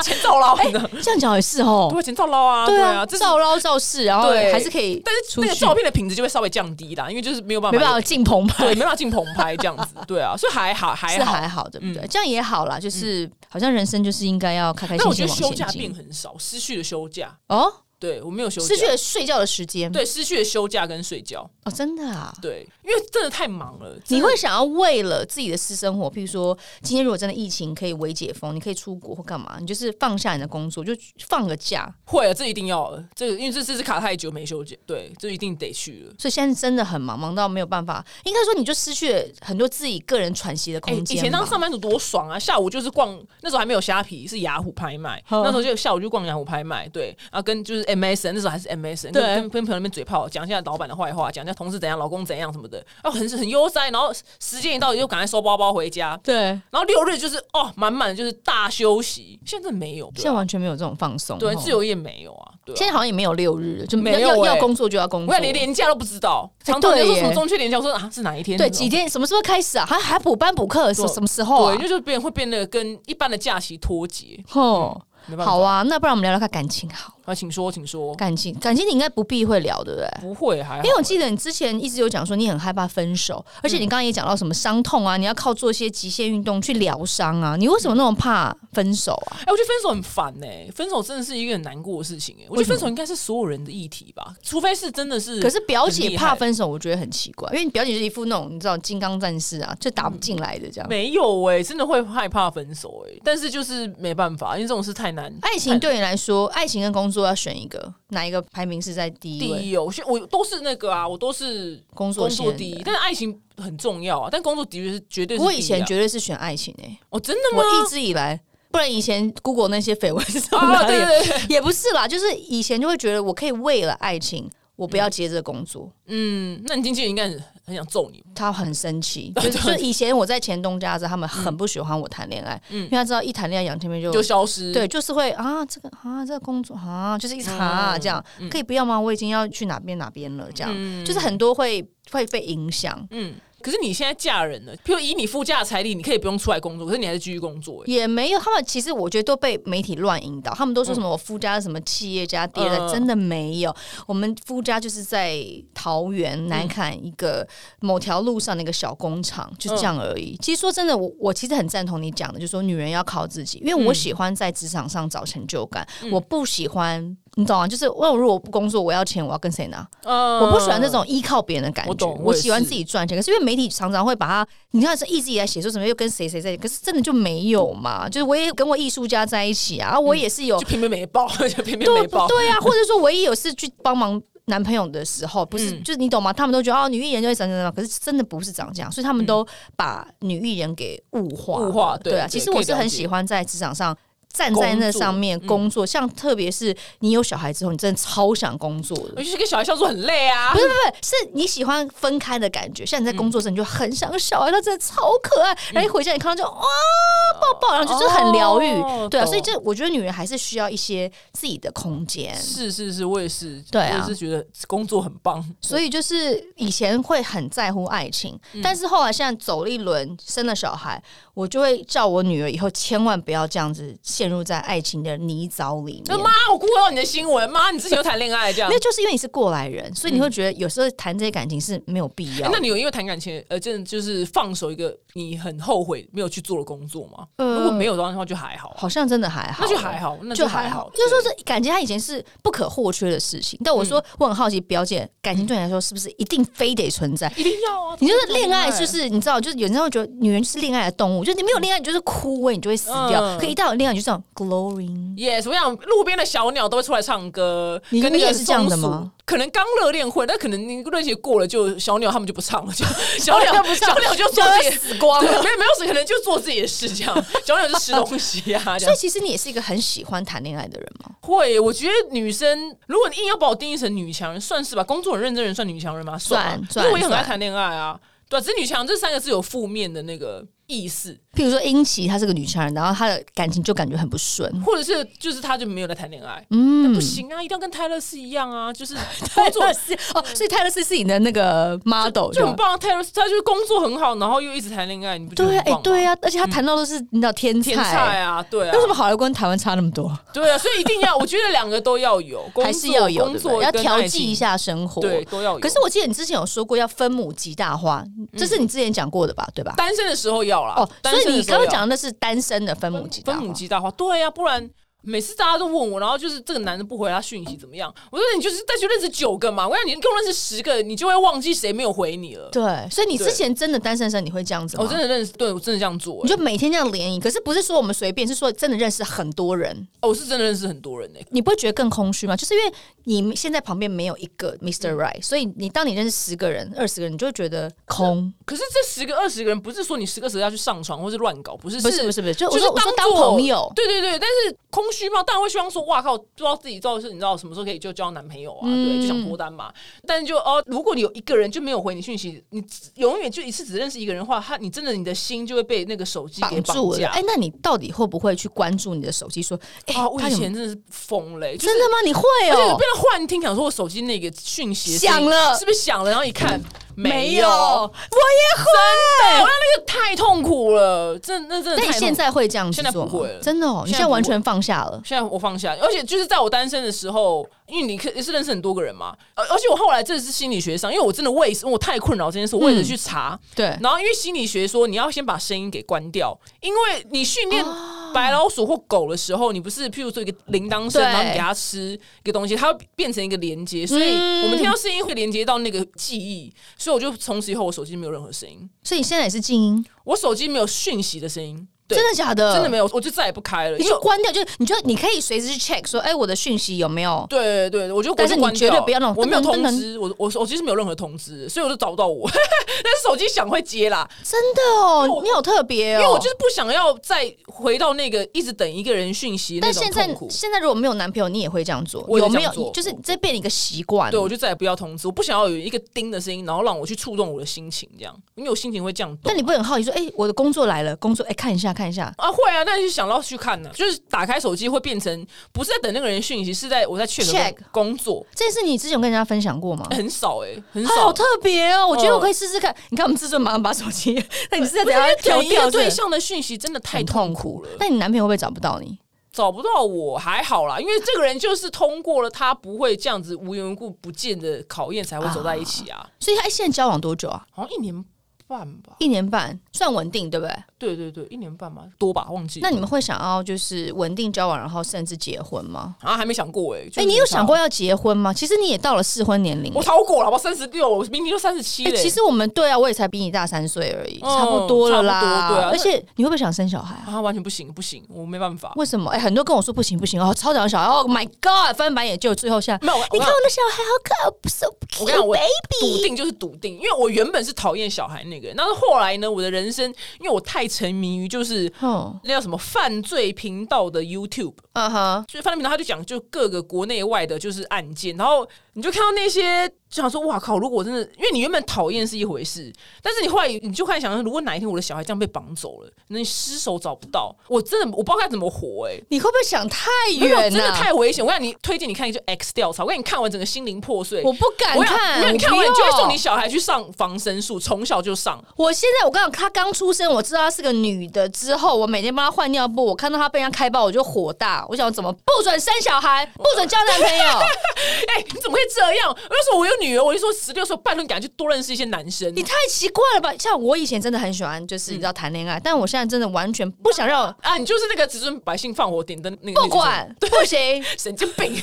钱照捞的，
这样讲也是哦，
对，钱照捞啊，对啊，这是
哎照捞照视，然后
对
还是可以，
但是
出
那个
去
照片的品质就会稍微降低啦，因为就是没有办法，
没办法进棚
对，
拍，
没办法进棚拍这样子，对啊，所以还好，嗯还
是
好，
还好，对不对？这样也好啦，就是好像人生就是应该要开开
但
心
我觉
心
得
往
休假
前
变
进
很少，失去了休假，
哦，
对我没有休假，
失去了睡觉的时间，
对失去了休假跟睡觉，
哦，真的啊。
对，因为真的太忙了。真
你
的
会想要为了自己的私生活，譬如说，今天如果真的疫情可以微解封，你可以出国或干嘛，你就是放下你的工作，就放个假。
会啊，这一定要的，这个因为这次是卡太久没休假，对，这一定得去了。
所以现在真的很忙，忙到没有办法。应该说，你就失去了很多自己个人喘息的
哎、
空间吧、
以前当上班族多爽啊！下午就是逛，那时候还没有虾皮，是雅虎拍卖。
嗯
那时候就下午就逛雅虎拍卖，对，然后跟就是 MSN，那时候还是 MSN，
对
跟跟跟朋友那边嘴炮，讲一下老板的坏话，讲一下同事怎样，老公怎样什么的，啊，很很悠哉。然后时间一到，就赶快收包包回家。
对，
然后六日就是哦，满满的就是大休息。现在没有，
现
对
在
啊，
完全没有这种放松，
对
吼
自。由业没有啊，对啊
哦现在好像也没有六日了，就
没
要
有
要
欸
要工作就要工
我
作，
想连年假都不知道，
哎
常常人家
对
说
耶
什么中秋连假，我说啊是哪一天？
对几天什么时候开始啊？还还补班补课什
对
什么时候啊
对，？就是变会变得跟一般的假期脱节，
吼，
没办法。
好啊，那不然我们聊聊看感情好了。
啊，请说，请说。
感情，感情你应该不避讳聊，对不对？
不会，还好欸
因为我记得你之前一直有讲说你很害怕分手，
嗯
而且你刚刚也讲到什么伤痛啊，你要靠做一些极限运动去疗伤啊，你为什么那么怕分手啊？
哎、我觉得分手很烦呢、分手真的是一个很难过的事情哎、我觉得分手应该是所有人的议题吧，除非是真的是。
可是表姐怕分手，我觉得很奇怪，因为你表姐就是一副那种你知道金刚战士啊，就打不进来的这样。
嗯没有哎、真的会害怕分手哎、但是就是没办法，因为这种事太难。
爱情对你来说，爱情跟工作要选一个，哪一个排名是在第
第
一位？
一哦，我是我都是那个啊，我都是
欸工作
工作
先
第一，但是爱情很重要啊，但工作的确是绝对是第一啊、
我以前绝对是选爱情诶、欸
哦，真的吗？
我一直以来，不然以前 Google 那些绯闻是 从
啊，
哪里
对
来？
对对，
也不是啦，就是以前就会觉得我可以为了爱情，我不要接这个工作。
嗯，那你经纪人应该很很想揍你吧，
他很 生气，就是就是以前我在前东家的时候，他们很不喜欢我谈恋爱，因为他知道一谈恋爱杨千面就
嗯就消失。
对，就是会啊，这个啊，这个工作啊，就是一直啊，
嗯
这样、可以不要吗？我已经要去哪边哪边了，这样、嗯就是很多会会被影响，
嗯，可是你现在嫁人了，譬如以你副嫁的财力，你可以不用出来工作，可是你还是继续工作、欸。
也没有。他们其实我觉得都被媒体乱引导，他们都说什么我夫家是什么企业家爹的，
嗯
真的没有。我们夫家就是在桃园南坎一个某条路上的一个小工厂，就这样而
嗯
已。其实说真的，我我其实很赞同你讲的，就是说女人要靠自己，因为我喜欢在职场上找成就感，
嗯
我不喜欢。你懂啊？就是我如果不工作，我要钱，我要跟谁拿？
嗯
我不喜欢这种依靠别人的感
我
觉，
懂
我
我也
喜欢
是
自己赚钱。可是因为媒体常常会把它，你看是一直以来写说什么又跟谁谁在一起，可是真的就没有嘛？就是我也跟我艺术家在一起啊，我也是有、
就偏偏没报，嗯就偏偏
对
没 报。
对啊，或者说我也有是去帮忙。男朋友的时候，不是、
嗯
就是你懂吗？他们都觉得哦，女艺人就会长这样，可是真的不是长这样，所以他们都把女艺人给物化了。
嗯物化对
对啊，
对
其实
可以
我是
了
很
解
喜欢在职场上站在那上面
工
工
作嗯
作，像特别是你有小孩之后，你真的超想工作的
我。就是跟小孩相处很累啊
不。是不是，是你喜欢分开的感觉。像你在工作时，你就很想小孩，他真的超可爱。
嗯
然后一回家，你看到就哇抱抱，然后就是很疗愈。
哦
对啊，
懂
所以这我觉得女人还是需要一些自己的空间。
是是是，我也是，
对啊
我也是觉得工作很棒。
所以就是以前会很在乎爱情，
嗯
但是后来现在走了一轮，生了小孩，我就会叫我女儿以后千万不要这样子陷入在爱情的泥沼里
就
面。
妈，我 google 到你的新闻，妈，你之前有谈恋爱这样
因为。就是因为你是过来人，所以你会觉得有时候谈这些感情是没有必要
哎嗯
的
那。你有因为谈感情，呃，真的就是放手一个你很后悔没有去做的工作吗？
呃
如果没有的话，就还好啊，
好像真的还好，
那就还好，那
就
还
还
好
好，。就是说这感情它以前是不可或缺的事情。但我
嗯
说我很好奇，表姐感情对你来说是不是一定非得存在？
一定要啊！
你就
这
是恋爱，就是你知道，就是有人会觉得女人就是恋爱的动物，就是你没有恋爱，你就是枯萎，你就会死掉
嗯。
可一旦有恋爱，你就这样 glowing。
Yes，我想路边的小鸟都会出来唱歌，
你
跟那
你
个
也是这样的吗
松鼠？可能刚热恋会，但可能你热恋期过了，就小鸟他们就不唱 了，就小鸟
不
小鸟就做自己
就死光
对
了
没有没有，可能就做自己的事这样。小鸟就吃东西啊，这
所以
样
其实你也是一个很喜欢谈恋爱的人嘛？
会。我觉得女生，如果你硬要把我定义成女强人，算是吧？工作很认真的人算女强人吗？啊
算
可是我也很
算
爱谈恋爱啊。对啊，只是女强人这三个字有负面的那个意思，
譬如说英奇，她是个女强人，然后她的感情就感觉很 不顺。
或者是就是她就没有在谈恋爱。
嗯
不，行啊，一定要跟泰勒斯一样啊， 就是工作
是哦，所以泰勒斯是你的那个 model，
就
对吧
很棒。Taylor 啊他就是工作很好，然后又一直谈恋爱，你不觉得很
对啊，哎
棒吗？，
对啊，而且他谈到都是你知道天
嗯天
才
菜。啊，对啊
为，什么好莱坞跟台湾差那么多？
对啊，所以一定要，我觉得两个都要有，工作
还是要有
工
对不
作
对要
跟
调
爱
剂
情
一，下生活。
对，都要有。
可是我记得你之前有说过要分母极大化，这是你之前讲过的吧？对吧？
单身的时候要啦，
哦，
单
所
身
以
的
你
时候
刚刚
要
讲的那是单身的分母极大
分
化。
母极大化，对呀、不然。每次大家都问我，然后就是这个男的不回他讯息怎么样？我说你就是再去认识九个嘛，我想你共认识十个，你就会忘记谁没有回你了。
对，所以你
对
之前真的单身的时候，你会这样子吗？
我真的认识，对我真的这样做、
你
欸
就每天这样联谊，可是不是说我们随便，是说真的认识很多人，
哦我是真的认识很多人欸呢、
你不会觉得更空虚吗？就是因为你现在旁边没有一个
嗯
Mr. Right，、所以你当你认识十个人、二十个人，你就会觉得空。
可是这十个二十个人，不是说你十个十个要去上床或是乱搞，不是
不是不是不是，就我
就是
说我说
当
当
做
朋友，
对对对，但是空虚嘛，当然会希望说，哇靠，不知道自己到底是你知道什么时候可以就交男朋友啊，对，就
嗯
想脱单嘛。但是就哦，如果你有一个人就没有回你讯息，你只永远就一次只认识一个人的话，他你真的你的心就会被那个手机给
绑住了。
架。
哎、那你到底会不会去关注你的手机？说，哎、
啊，我
他
以
有
前真的是疯嘞、就是
真的吗？你会
而且
哦
我被？他幻听，想说我手机那个讯息的声音
响了
是不是响了？然后一看没有，我
也
那
会。
那个太痛苦了，真那真的
那
太
你
痛苦。
现在会这样子
现在
做吗？
不会了
真的哦，你
现在
现在完
不会
全放下了。
现在我放下，而且就是在我单身的时候，因为你可也是认识很多个人嘛，而而且我后来这是心理学上，因为我真的为我太困扰这件事，我
嗯
为了去查，
对，
然后因为心理学说你要先把声音给关掉，因为你训练
哦
白老鼠或狗的时候，你不是譬如说一个铃铛声，
对
然后你给它吃一个东西，它会变成一个连接，所以
嗯
我们听到声音会连接到那个记忆，所以我就从此以后我手机没有任何声音，
所以你现在也是静音，
我手机没有讯息的声音，对，
真的假的？
真的没有，我就再也不开了，
你
因
就
为
关掉，就是你就你可以随时去 check 说，哎，我的讯息有没有？
对对对，我就
但是
我就关
你绝对
掉
不要那种
我没有
噔噔噔
通知，我我手机是没有任何通知，所以我就找不到我， 但是手机响会接啦，
真的哦，你好特别
因
哦。
为我就是不想要再回到那个一直等一个人讯息那
但
种
现在
痛苦。
现在如果没有男朋友，你也会这样做？
我也
有
这
没
样
有？
做
就是这变一个习惯。
对，我就再也不要通知，我不想要有一个叮的声音，然后让我去触动我的心情，这样，因为我心情会这样动
但。你不会很好奇说，哎、我的工作来了，工作哎、看一下看一下，
啊，会啊，那就想到去看呢、就是打开手机会变成不是在等那个人讯息，是在我在
Check
check 工作，
这件事你之前有跟人家分享过吗？
很少哎、很
它好
少。
特别哦，我觉得
嗯
我可以试试看。你看我们制作马上把手机， 那你是在等下
等
调
一个
掉
对
对
象的讯息真的太
很
痛
痛
苦
苦
了，
那你男朋友会不会找不到你？
找不到我还好啦，因为这个人就是通过了他不会这样子无缘无故不见的考验才会走在一起啊，
所以他现在交往多久啊？
好像一年半吧，
一年半，算稳定对不对？
对对对，一年半吧，多吧，忘记了。
那你们会想要就是稳定交往，然后甚至结婚吗？
啊还没想过哎、欸，
哎、
就
你
是
有想过？要结婚吗？其实你也到了适婚年龄了
我。逃过了，我三十六，我明年就三十七
哎、
了。
其实我们对啊，我也才比你大三岁而已，
嗯
差不多了
差
啦。
不多对啊
而且你会不会想生小孩啊？
啊，完全不行，不行，我没办法。
为什么？哎、很多跟我说不行不行哦，超想小孩，Oh my God，翻白眼就最后下，
没有，我
哎你
我
看
跟
我的小孩好可爱，so
我跟你讲，
cute
我
baby。
笃定就是笃定，因为我原本是讨厌小孩那个人，但是后来呢，我的人生因为我太沉迷于就是
嗯
那叫什么犯罪频道的 YouTube，
嗯哼，
所以犯罪频道他就讲就各个国内外的就是案件，然后你就看到那些就想说哇靠，如果真的，因为你原本讨厌是一回事，但是你后来你就开始想，如果哪一天我的小孩这样被绑走了，那你失手找不到，我真的我不知道该怎么活哎、欸
你会不会想太
没有
远啊
真
了、
的太危险！我让你推荐你看一个就 X 调查，我让你看完整个心灵破碎。
我不敢
我想
看
没有你看
我不
完
要
你就会送你小孩去上防身术，从小就上。
我现在我刚刚她刚出生，我知道她是个女的之后，我每天帮她换尿布，我看到她被人家开包，我就火大，我想怎么不准生小孩，不准交男朋 友，
哎、你怎么会这样？我就说我有女儿，我就说十六岁半论赶去多认识一些男生
你。太奇怪了吧？像我以前真的很喜欢，就是你知道谈恋爱，但我现在真的完全不想让，
啊，你就是那个只准百姓放火点灯那个
不管不行。
神经 病，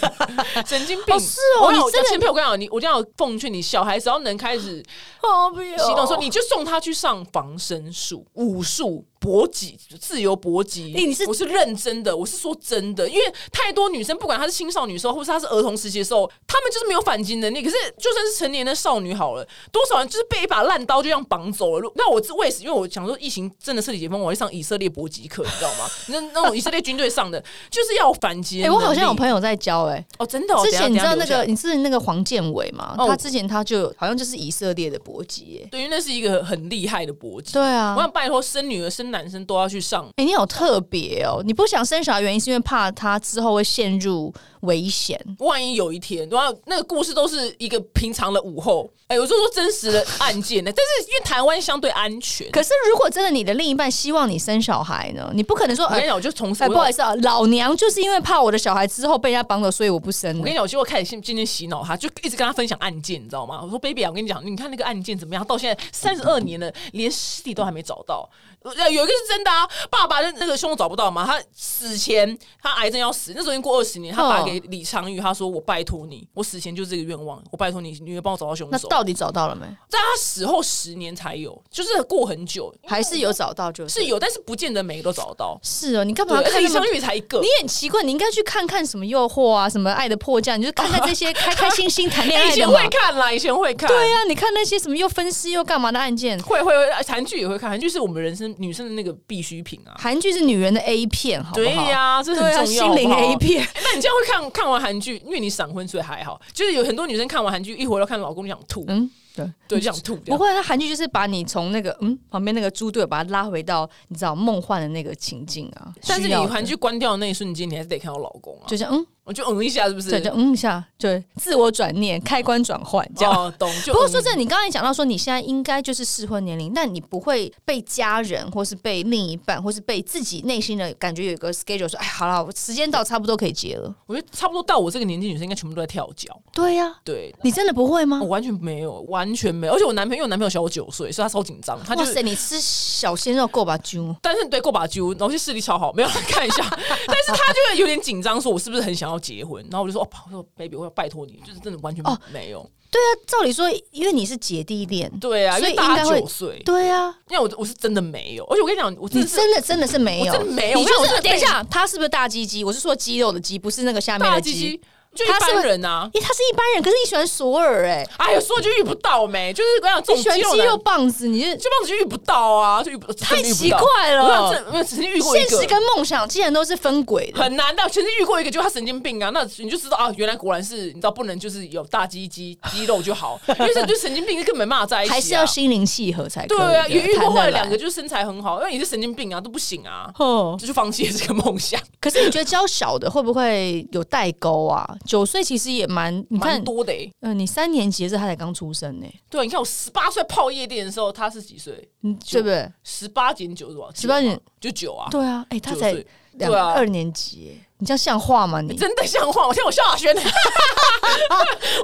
神经病！
哦是哦
我跟你讲
你
我
真的
千我跟你讲，你我一定要奉劝你，小孩只要能开始
好不要
行动的时候，你就送他去上防身术、武术、搏击、自由搏击。
欸你是
我是认真的，我是说真的，因为太多女生，不管她是青少女的时候，或是她是儿童时期的时候，她们就是没有反击能力。可是就算是成年的少女好了，多少人就是被一把烂刀就这样绑走了。如那我是为什？因为我想说，疫情真的彻底解封，我要上以色列搏击课，你知道吗？那那种以色列军队上的，就是要有反击
哎、
的能力。
我好像有朋友在教哎、
哦，真的、哦，
之
等一下
前你知道
等
那
一下
个你是那个黄建伟嘛？
哦
他之前他就好像就是以色列的搏击、欸，
对，因为那是一个很厉害的搏击。
对啊
我。想拜托，生女儿、生男生都要去上。
哎、你好特别哦！你不想生小孩，原因是因为怕他之后会陷入危险。
万一有一天，然后那个故事都是一个平常的午后，哎、我就说真实的案件呢。但是因为台湾相对安全，
可是如果真的你的另一半希望你生小孩呢，你不可能说
我跟
哎
你、讲，我就从此
哎
我
不
有
好意思啊，老娘就是因为怕我的小孩之后被人家绑走，所以我不生
我
了
跟。你讲，我就开始今今天洗脑他，就一直跟他分享案件，你知道吗？我说 baby 啊，我跟你讲，你看那个案件怎么样？到现在三十二年了，连尸体都还没找到。呃，有一个是真的啊，爸爸的那个凶手找不到嘛？他死前他癌症要死，那时候已经过二十年，他
嗯
打给李昌钰，他说我拜托你，我死前就是这个愿望，我拜托你，你也帮我找到凶
那
手。
到底找到了没？
在他死后十年才有，就是过很久，
还是有找到就是
是有，但是不见得每个都找得到。
是哦，你干
对，
嘛
而且
看
李
那么
昌？钰才一个
你。很奇怪，你应该去看看什么诱惑啊，什么爱的迫降，你就看看这些 开开心心谈恋
以
爱的
前
嘛
会。看啦，以前会看，
对啊，你看那些什么又分尸又干嘛的案件，
会会会，韩剧也会看，韩剧是我们人生女生的那个必需品啊。
韩剧是女人的 A 片，好不好？
对呀、这很
对啊，
重要
心灵
好不好
A 片。
那你这样会看看完韩剧，因为你闪婚所以还好，就是有很多女生看完韩剧一回头看老公就想吐，
嗯，对
对，啊就想吐掉
不。过它韩剧就是把你从那个嗯旁边那个猪队友把它拉回到你知道梦幻的那个情境啊。
但是
需
你
要的
韩剧关掉的那一瞬间，你还是得看到老公啊，
就像嗯，
我就嗯一下，是不是？
对，就嗯一下，对，自我转念，开关转换这样。
哦，懂。就
不过说
嗯
这，你刚才讲到说你现在应该就是适婚年龄，但你不会被家人或是被另一半或是被自己内心的感觉有一个 schedule 说，哎，好了，我时间到差不多可以结了。
我觉得差不多到我这个年纪，女生应该全部都在跳脚。
对呀、
对，
你真的不会吗
我？完全没有，完全没有。而且我男朋友，因为我男朋友小我九岁，所以他超紧张，他就
哇
是
塞，你吃小鲜肉够吧，猪？
但是对过把揪，然后就视力超好，没有看 一下。但是他就有点紧张，说我是不是很想要结婚？然后我就说哦，我说 baby，我要拜托你，就是真的完全
哦
没有。
对啊，照理说，因为你是姐弟恋，
对啊，因
所以
为大
应
他
该会
九岁，
对啊，
因为我我是真的没有。而且我跟你讲，我真
你
的是
真的真的是没有，
我真的没有
你
我
就
跟你讲我
是
真的被
等一下，他是不是大鸡鸡？我是说肌肉的鸡，不是那个下面
大
的
鸡
鸡
鸡。，就一
他是
般
会
人啊。
哎、他是一般人，可是你喜欢索尔、哎，
哎呀，说就遇不到没，就是我跟你讲这种
你喜欢
哦肌肉
肌
男
肉，棒子，你就
这帮子就遇不到啊，就遇不
太
真的遇不
奇
到
怪了
我跟你讲这没有，只是遇过一
现实
个。
跟梦想竟然都是分轨的。
很难的，全是遇过一个，就他神经病啊，那你就知道啊，原来果然是你知道不能就是有大鸡鸡肌肉就 好，因为这就神经病是根本没办法在一起、啊，
还是要心灵契合才可以的。
对啊，也遇过
谈
后
得
来
来
两个，就是身材很好，因为你是神经病啊，都不行啊，
哦。
这就放弃了这个梦想，
可是你觉得教小的会不会有代沟啊？九岁其实也蛮，你看
蛮，多的、欸。
呃，你三年级的时候他才刚出生呢、
对啊，你看我十八岁泡夜店的时候，他是几岁？
嗯，对不对？
十八减九是多少？
十八
九
年，
就九啊。
对啊，哎、他
九
才
岁
两
对啊
二年级耶、你这样像话吗你？
真的像话，我像我萧亚轩，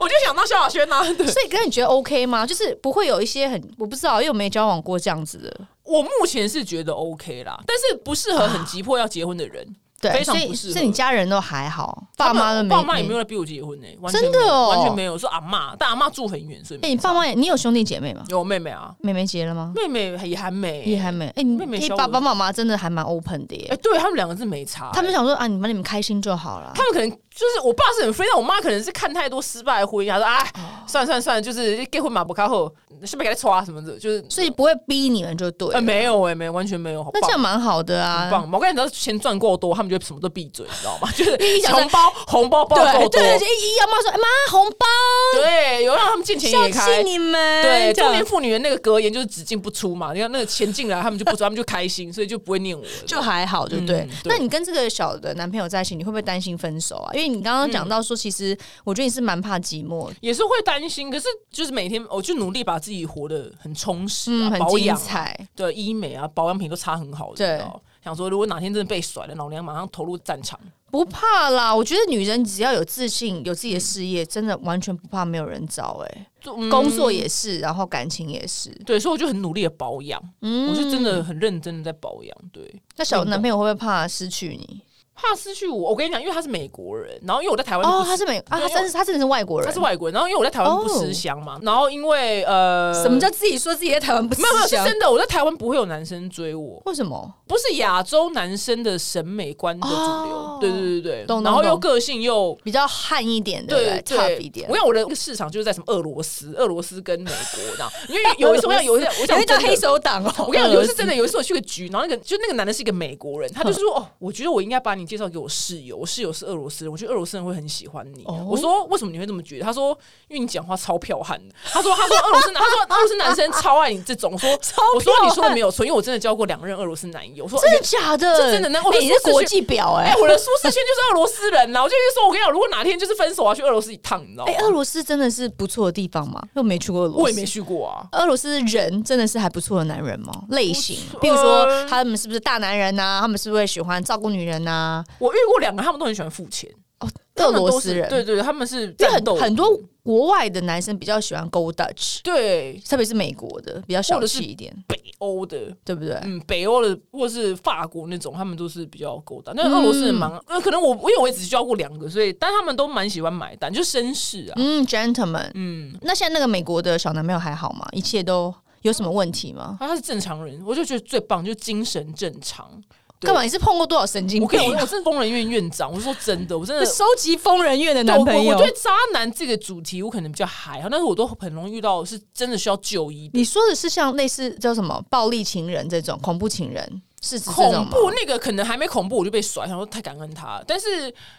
我就想到萧亚轩呐、对，
所以，哥，你觉得 OK 吗？就是不会有一些很我不知道，因为我没交往过这样子的，
我目前是觉得 OK 啦，但是不适合很急迫要结婚的人。
对，
非常
所
不
以
适合
所以你家人都还好，
他
爸
们哦
妈都没，
爸妈也没有来逼我结婚呢、欸完全
真的
没有
哦
完全没有。说阿妈，但阿妈住很远，所以没
哎、你
差
爸妈也，你有兄弟姐妹吗？
有妹妹啊，
妹妹结了吗？
妹妹也还没、
也还没，哎、你
妹妹
你
小我
爸爸妈妈真的还蛮 open 的耶。
哎、对他们两个是没差、欸
他们想说啊，你们你们开心就好了
他。们可能就是我爸是很飞，但我妈可能是看太多失败的婚姻，她说
哦
啊，算了算了算了，就是结婚嘛不靠后，是不是给他抓什么的，就是
所以不会逼你们就对了
呃没有哎、没有完全没有，好
那
棒
这样蛮好的
很
啊。
棒！我跟你讲，钱赚够多，他们就什么都闭嘴，你知道吗？就是
一想说
红包红包包够
对对
多，
对，就一一要妈说哎妈红包，
对，有让他们见钱
孝
眼开
敬。你们。
对，
这
中
样
年妇女的那个格言就是只进不出嘛。你看那个钱进来，他们就不出，他们就开心，所以就不会念我了。
就还好，对不对？
嗯对
那你跟这个小的男朋友在一起，你会不会担心分手啊？因为你刚刚讲到说，其实我觉得你是蛮怕寂寞的，
也是会担心，可是就是每天我就努力把自己活得很充实、啊，
嗯，很
保
精
养、啊，
彩。
对医美啊、保养品都擦很好
对
的。你知道想说，如果哪天真的被甩了，老娘马上投入战场。
不怕啦，我觉得女人只要有自信，有自己的事业，真的完全不怕没有人找、哎、
就嗯
工作也是，然后感情也是。
对，所以我就很努力的保养，
嗯
我是真的很认真的在保养。对，
那小男朋友会不会怕失去你？
怕失去我，我跟你讲，因为他是美国人，然后因为我在台湾
哦，
不
他
吃
是美
对
啊，他
因为
真是他真的是外国人。
他是外国人，然后因为我在台湾不
哦
吃香嘛，然后因为呃，
什么叫自己说自己在台湾不吃
没有没有是
香？
真的，我在台湾不会有男生追我，
为什么？
不是亚洲男生的审美观的主
哦
流，对对对
懂
对，
懂
然后又
懂
个性又。
比较悍一点的，
对
差
对
一点
我。想我的市场就是在什么俄罗斯、俄罗斯跟美国这样，因为有一次我想有一次我想
有一
真
张
的
黑手党哦，
我跟你讲，有一次真的，有一次我去个局，然后那个就那个男的是一个美国人，他就说：“哦，我觉得我应该把你介绍给我室友，我室友是俄罗斯人，我觉得俄罗斯人会很喜欢你。
哦
我说：“为什么你会这么觉得？”他说：“因为你讲话超剽悍的。”他说：“他说俄罗斯男， 他说俄罗斯男生超爱你这种。”我 说：“我说你说的没有错，因为我真的交过两任俄罗斯男友。”我说：“
真的假的？
这真的那我
哎
的
你
舒
是
适
国
圈
际表哎
哎，我的舒适圈就是俄罗斯人啦。”我就一直说：“我跟你讲，如果哪天就是分手，我要去俄罗斯一趟，你知道吗
哎，？”俄罗斯真的是不错的地方吗？又没去过俄罗斯，
我也没。去过啊。
俄罗斯人真的是还不错的男人吗？类型，
不错啊
比如说他们是不是大男人啊呐、他们是不是会喜欢照顾女人呐、
我遇过两个，他们都很喜欢付钱。
哦，
他
俄
们都
罗
是
斯人，
对对，对他们是
因为
战斗
很很
民
多国外的男生比较喜欢 Go Dutch，
对
特别是美国的比较
或
小
者是
气一点，
北欧的，
对不对？
嗯，北欧的或是法国那种，他们都是比较勾搭。但俄罗斯人蛮，
嗯
呃，可能我因为我也只交过两个，所以但他们都蛮喜欢买单，就绅士啊。
嗯，gentleman。
嗯，
那现在那个美国的小男朋友还好吗？一切都有什么问题吗？
他他是正常人，我就觉得最棒，就精神正常。对
干嘛？你是碰过多少神经
我跟你
病
讲，
啊、
我真的疯人院院长，我是说真的，我 真的。
收集疯人院的
对
男
我
朋
我
友
我？对渣男这个主题我可能比较还好，但是我都很容易遇到是真的需要就医的。
你说的是像类似叫什么暴力情人这种恐怖情人，是指这种
恐
吗？
怖那个可能还没恐怖，我就被甩，想说太感恩他了。但是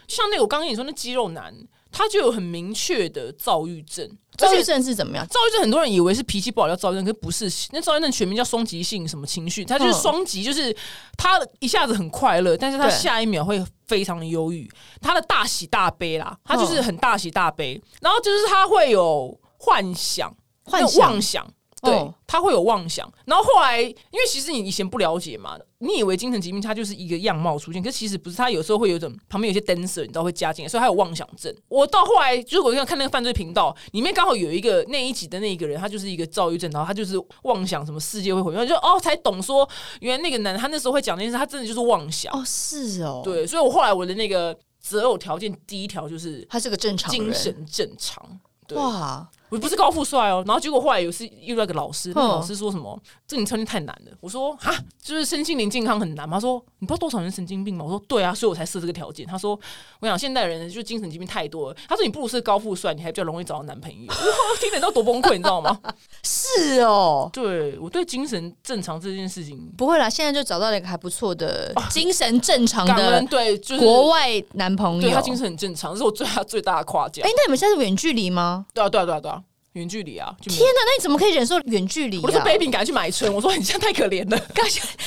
像那个我刚跟你说那肌肉男，他就有很明确的躁郁症，而
躁郁
且
症是怎么样？
躁郁症很多人以为是脾气不好叫躁郁症，可是不是。那躁郁症全名叫双极性什么情绪，它就是
嗯
双极，就是他一下子很快乐，但是他
对
下一秒会非常的忧郁，他的大喜大悲啦，他
嗯
就是很大喜大悲，然后就是他会有幻想、
幻
有
想
妄想。对
哦，
他会有妄想，然后后来，因为其实你以前不了解嘛，你以为精神疾病它就是一个样貌出现，可是其实不是，它有时候会有一种旁边有一些 dancer，你知道会加进来，所以他有妄想症。我到后来，如果要看那个犯罪频道，里面刚好有一个那一集的那一个人，他就是一个躁郁症，然后他就是妄想什么世界会毁灭，就哦才懂说，原来那个男的他那时候会讲那件事，他真的就是妄想。
哦，是哦，，
对，所以我后来我的那个择偶条件第一条就是
他是个正常人
精神正常。对
哇，
我不是高富帅哦，然后结果后来有一次遇到一个老师，那个
嗯
老师说什么“这你条件太难了”，我说“哈，就是身心灵健康很难嘛”，他说“你不知道多少人神经病吗？”我说“对啊，所以我才设这个条件”。他说“我想现代人就精神疾病太多了”，他说“你不如是高富帅，你还比较容易找到男朋友”，我听得到多崩溃，你知道吗？
是哦。
对我对精神正常这件事情
不会啦，现在就找到了一个还不错的、精神正常
感
的
恩，对，就是
国外男朋友。
对他精神很正常，这是我最大最大的夸奖
哎、。那你们现在是远距离吗？
对啊，对啊，对啊，对啊，远距离啊，就没有
天哪，那你怎么可以忍受远距离、啊？
我都说 baby，你赶快去买春，我说你这样太可怜了。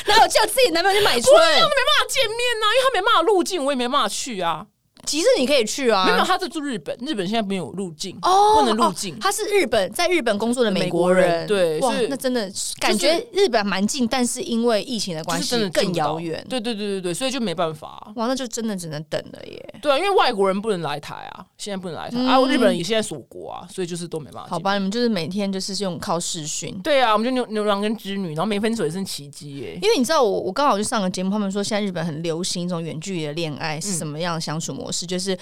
哪有叫自己男朋友去买春？
没办法见面呐、因为他没办法入境，我也没办法去啊。
其实你可以去啊。
没有，他在住日本，日本现在没有入境，
哦，
不能入境
哦。他是日本在日本工作的美国
美
人，
国人对
哇
所以，
那真的感觉日本蛮近，但是因为疫情的
就
关
是真
系
的
更
进不到
遥远。
对对对对对，所以就没办法啊、
哇，那就真的只能等了耶。
对啊，因为外国人不能来台啊，现在不能来台、
嗯
啊，日本人也现在锁国啊，所以就是都没办法。
好。吧，你们就是每天就是用靠视讯。
对啊，我们就牛牛郎跟织女，然后没分手也是奇迹耶、
因为你知道我，我刚好就上个节目，他们说现在日本很流行一种远距离的恋爱是什么样的相处模式，就是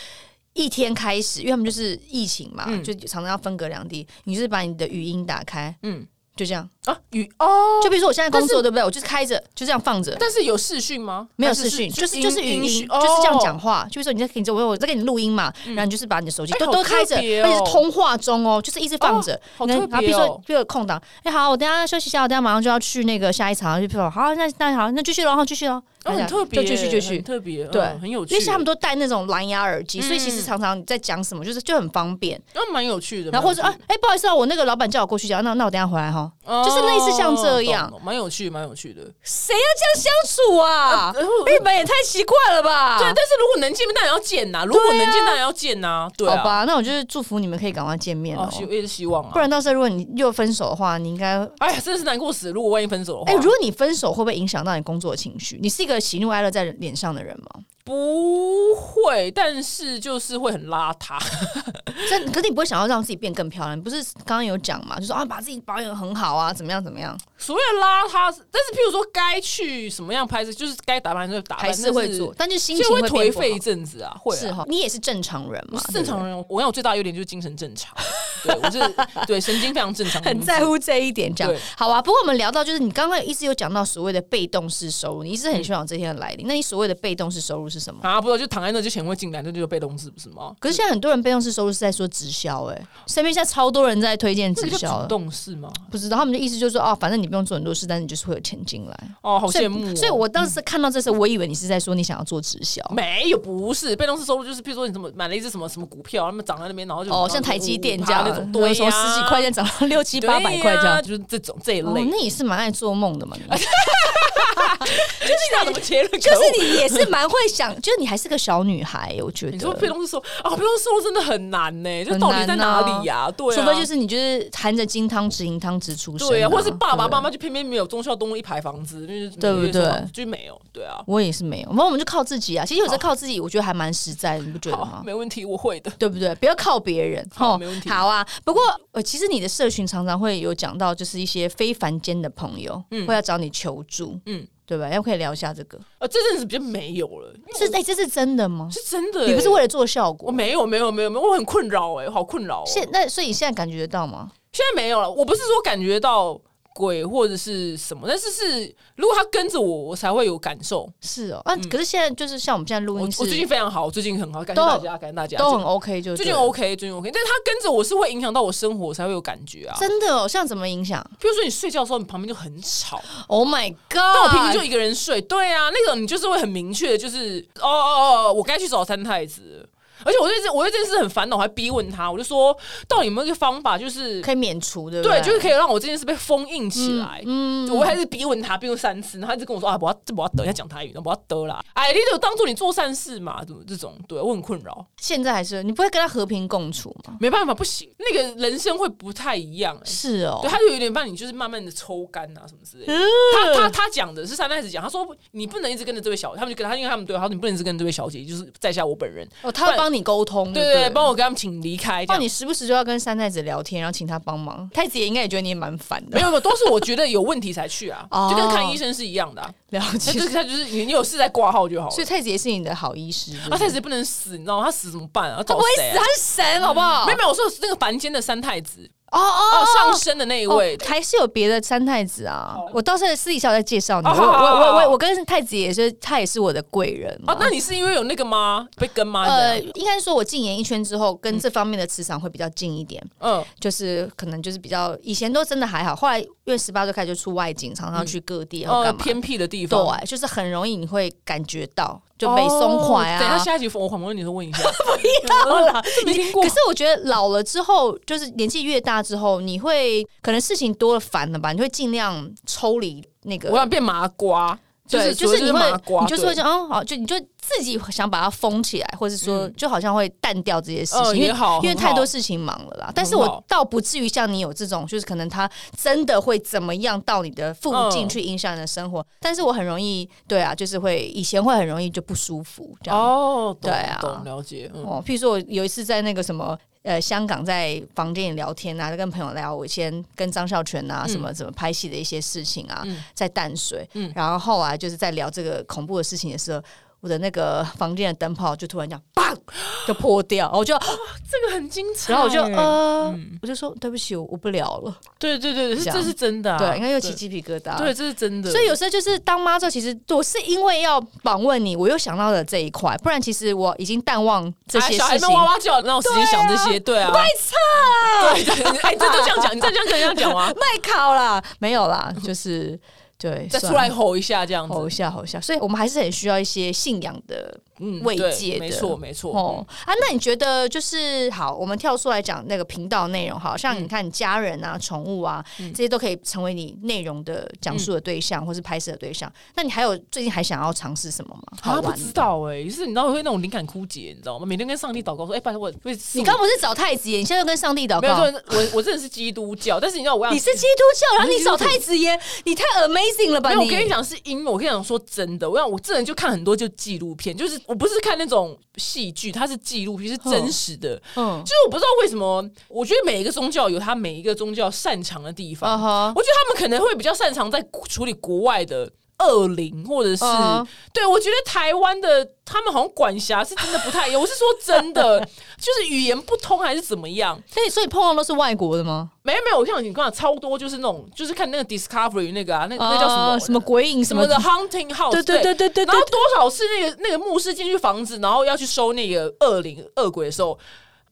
一天开始，因为他们就是疫情嘛，
嗯
就常常要分隔两地，你就是把你的语音打开，
嗯
就这样。
啊，语哦，
就比如说我现在工
但
作对不对？我就是开着，就这样放着，
但是有视讯吗？
没有
还是
视讯，就是就是语音，就
讯
是这样讲
哦
话。就是说你在跟你我我在跟你录音嘛，然后你就是把你的手机
哎
都
好
都开着，
特别哦
而且是通话中哦，就是一直放着。
好
然后
特
然后比
别
如说
哦。
比如有空档，哎好，我等一下休息一下，我等一下马上就要去那个下一场，就比如说好，那那好，那继续喽，好继续喽，
哦，
那
很
这样
特别，
就继续继续
很。特别，
对
嗯很有趣，
因为现在他们都戴那种蓝牙耳机，所以其实
嗯
常常你在讲什么，就是就很方便。
都嗯蛮有趣的。
然后或者
蛮
啊
有趣，
哎、不好意思啊，我那个老板叫我过去讲，那那我等一下回来哈。
的，
就是类似像这
哦
样，
懂懂蛮有趣，蛮有趣的。
谁要这样相处 啊？
然后
日本也太奇怪了吧？
对，但是如果能见面，当然要见呐、如果能见，当然要见呐、对啊，
啊好吧，那我就是祝福你们可以赶快见面哦
哦，希我也是希望啊，
不然到时候如果你又分手的话，你应该，
哎呀，真的是难过死了。如果万一分手的话，
哎、如果你分手会不会影响到你工作的情绪？你是一个喜怒哀乐在脸上的 人吗？
不会，但是就是会很邋遢。
这可是你不会想要让自己变更漂亮？你不是刚刚有讲嘛，就说啊，把自己保养得很好啊，怎么样怎么样，
所谓的邋遢是，但是譬如说该去什么样拍摄，就是该打扮就打扮，
还是会做，，但就心
但
情
啊是就会
会变
颓
不
废
好
一阵子啊，会
是
啊。
哈，你也是正常人
我
嘛，
是正常人，我想我最大的优点就是精神正常， 对我是对神经非常正常，
很在。乎这一点，这样
对
好啊。不过我们聊到就是你刚刚一直有讲到所谓的被动式收入，你一直很希望有这些人来临。那你所谓的被动式收入是什么？
啊，不知道就躺在那之前会进来，那就是被动式不是吗？
可是现在很多人被动式收入是在说直销，哎，身边现在超多人在推荐
这
直
个叫
销
主
了。
动式吗？
不知道他们的意思就是说，哦，反正你不用做很多事，但是你就是会有钱进来。
哦，好
所以
羡慕哦、
所以我当时看到这时候，我以为你是在说你想要做直销。
没有，不是被动式收入，就是譬如说你怎么买了一只什么什么股票，他们涨在那边，然后就
哦，像台积电这样
那种，
有
对、
时候十几块钱涨到六七八百块这
对
样
啊。就是这种这一类。
哦，那也是蛮爱做梦的嘛，
哎
你
就是哎你怎么结论？
就
可恶
是你也是蛮会想， 就是你还是个小女孩，我觉得。
你说被动式收入啊，被动式收入真的很难呢、就到底在哪里呀、对、啊，
啊除非就是你就是含着金汤匙银汤匙出生、
对啊，或者是爸爸
对
妈妈就偏偏没有忠孝东路一排房子，就是
对不对
就是就没有，对啊，
我也是没有，反正我们就靠自己啊。其实有时候
好
靠自己，我觉得还蛮实在的，你不觉得
好，
吗？
没问题，我会的。
对不对？不要靠别人，
好
吼
没问题
好啊，不过呃，其实你的社群常常会有讲到，就是一些非凡间的朋友、会要找你求助，嗯
嗯，
对吧？要不可以聊一下这个？
呃，这阵子比较没有了，
是哎、这是真的吗？
是真的欸、
你不是为了做效
我
果？
没有没有没有没有，我很困扰哎、好困扰、哦。
现那所以你现在感觉得到吗？
现在没有了。我不是说感觉到鬼或者是什么，但是是如果他跟着我，我才会有感受。
是哦，啊，可是现在就是像我们现在录
我
音
嗯我
是
最近非常好，我最近很好，感谢
都
大家，感谢大家。
都很 OK，就
最
对
近
了
OK，最近 OK，但是他跟着我是会影响到我生活，才会有感觉啊。
真的哦，像怎么影响
比如说你睡觉的时候，你旁边就很吵，
？Oh my god！
但我平时就一个人睡，对啊，那种你就是会很明确，就是哦哦哦，我该去找三太子了。而且我对这我对这件事很烦恼，我还逼问他，我就说到底有没有一个方法，就是
可以免除，对不
对，
对？
就是可以让我这件事被封印起来。
嗯，
我还是逼问他，逼问三次，然后他一直跟我说啊，不要，这不要得，要讲台语，那不要得
嗯
啦。哎，你就当做你做善事嘛，怎么这种？对我很困扰，
现在还是你不会跟他和平共处吗？
没办法，不行，那个人生会不太一样、欸。
是嗯哦
对，，他就有点把你就是慢慢的抽干啊，什么之类的。他他他讲的是三太子讲，他说你不能一直跟着这位小，他们就跟他，因为他们对，他说你不能一直跟着这位小姐，就是在下我本人，
哦，他会帮你沟通，
对
对
对，
不
帮我跟他们请离开这
哦，
样。
你时不时就要跟三太子聊天，然后请他帮忙。太子也应该也觉得你也蛮烦
没
的，
有没有，都是我觉得有问题才去啊，
哦
就跟看医生是一样的、啊。
了
他
解
就。是他就是你，你有事再挂号就好
所以
了。
太子也是你的好医师，对不
啊，
对
太子不能死，你知道吗？他死怎么办啊？他
他
找
哦不会
谁
死，
啊
他是神，好不好？
没有没有，我说那个凡间的三太子
哦哦
哦，上身的那一位
哦，还是有别的三太子啊
哦。
我到时候私底下我再介绍你。
哦
我
好好
我
好
我
好
我我跟太子也是，他也是我的贵人嘛
哦，那你是因为有那个吗？被跟吗？
呃，
呃，
应该说，我进演艺圈之后，跟这方面的磁场会比较近一点。
嗯，
就是可能就是比较以前都真的还好，后来因为十八岁开始就出外景，常常去各地要
哦，
干嘛？
偏僻的地方，
对，就是很容易你会感觉到，就北松怀
哦等一
啊
下。下一集我访问你的时候问一 下，不要啦， 没听过
可。是我觉得老了之后，就是年纪越大之后，你会可能事情多了烦了吧，你会尽量抽离那个
我。想变麻瓜，
对，
就
就是你会
麻，瓜，
你就是会
对
说，嗯，好，就你就自己想把它封起来，或者说，
嗯
就好像会淡掉这些事
哦
情，因为
也好
因为
很
太多
好
事情忙了啦。但是
很
我
好
倒不至于像你有这种，就是可能他真的会怎么样到你的附近
嗯
去影响你的生活。但是我很容易，对啊，就是会以前会很容易就不舒服这样。
哦，懂
对啊
懂了解，嗯，
哦，譬如说我有一次在那个什么。呃，香港在房间里聊天啊，跟朋友聊我以前跟张孝全啊，什么怎么拍戏的一些事情啊，
嗯
在淡水，
嗯
然后后来就是在聊这个恐怖的事情的时候，我的那个房间的灯泡就突然这样砰就破掉，我就，
这个很精彩。
然后我就呃，
嗯
我就说对不起，我我不聊了，
对对对，是
这样
这是真的啊，
对，因为又起鸡皮疙瘩，
对，这是真的。
所以有时候就是当妈之后，其实我是因为要访问你，我又想到了这一块，不然其实我已经淡忘这
哎
些
小孩
事
们
情。
哇哇叫，哪有时间想这些？对啊，
太差了，
对对，对哎，这就这样讲，你再这样跟人家讲吗？
卖烤啦，没有啦，就是对，
嗯再
算
出
了
来吼一下这样子，
吼一下吼一下，所以我们还是很需要一些信仰的
嗯
慰
对
藉的
没错没错。
哦啊。那你觉得就是好，我们跳出来讲那个频道内容，好
嗯
像你看家人啊、宠物啊这些都可以成为你内容的讲述的对象，
嗯
或是拍摄的对象。那你还有最近还想要尝试什么吗？好
啊，不
玩
知
的？
道哎、就是你知道会那种灵感枯竭，你知道吗？每天跟上帝祷告说，哎、拜托我，为
你刚不是找太子爷，你现在又跟上帝祷
没有
告。
说，我我真的是基督教，但是你知道我要
你是基督教，然
我
后你
啊是基
找
督徒
太子爷，你太 amazing 了吧？
没有，我
你
跟你讲是因为我跟你讲说真的，我想我这人就看很多就纪录片，就是我不是看那种戏剧，它是纪录片，是真实的。
嗯
就是我不知道为什么，我觉得每一个宗教有它每一个宗教擅长的地方。
嗯哼
我觉得他们可能会比较擅长在处理国外的恶灵，或者是、
嗯
对我觉得台湾的他们好像管辖是真的不太一样。我是说真的， 就是语言不通还是怎么样？
所以所以碰到都是外国的吗？
没有没有，我想你跟我讲超多，就是那种就是看那个 Discovery 那个啊，那那叫什么、
啊什么鬼影
什
么
么的 Hunting House，
对对对对对对
然后多少是那个那个牧师进去房子，然后要去收那个恶灵恶鬼的时候，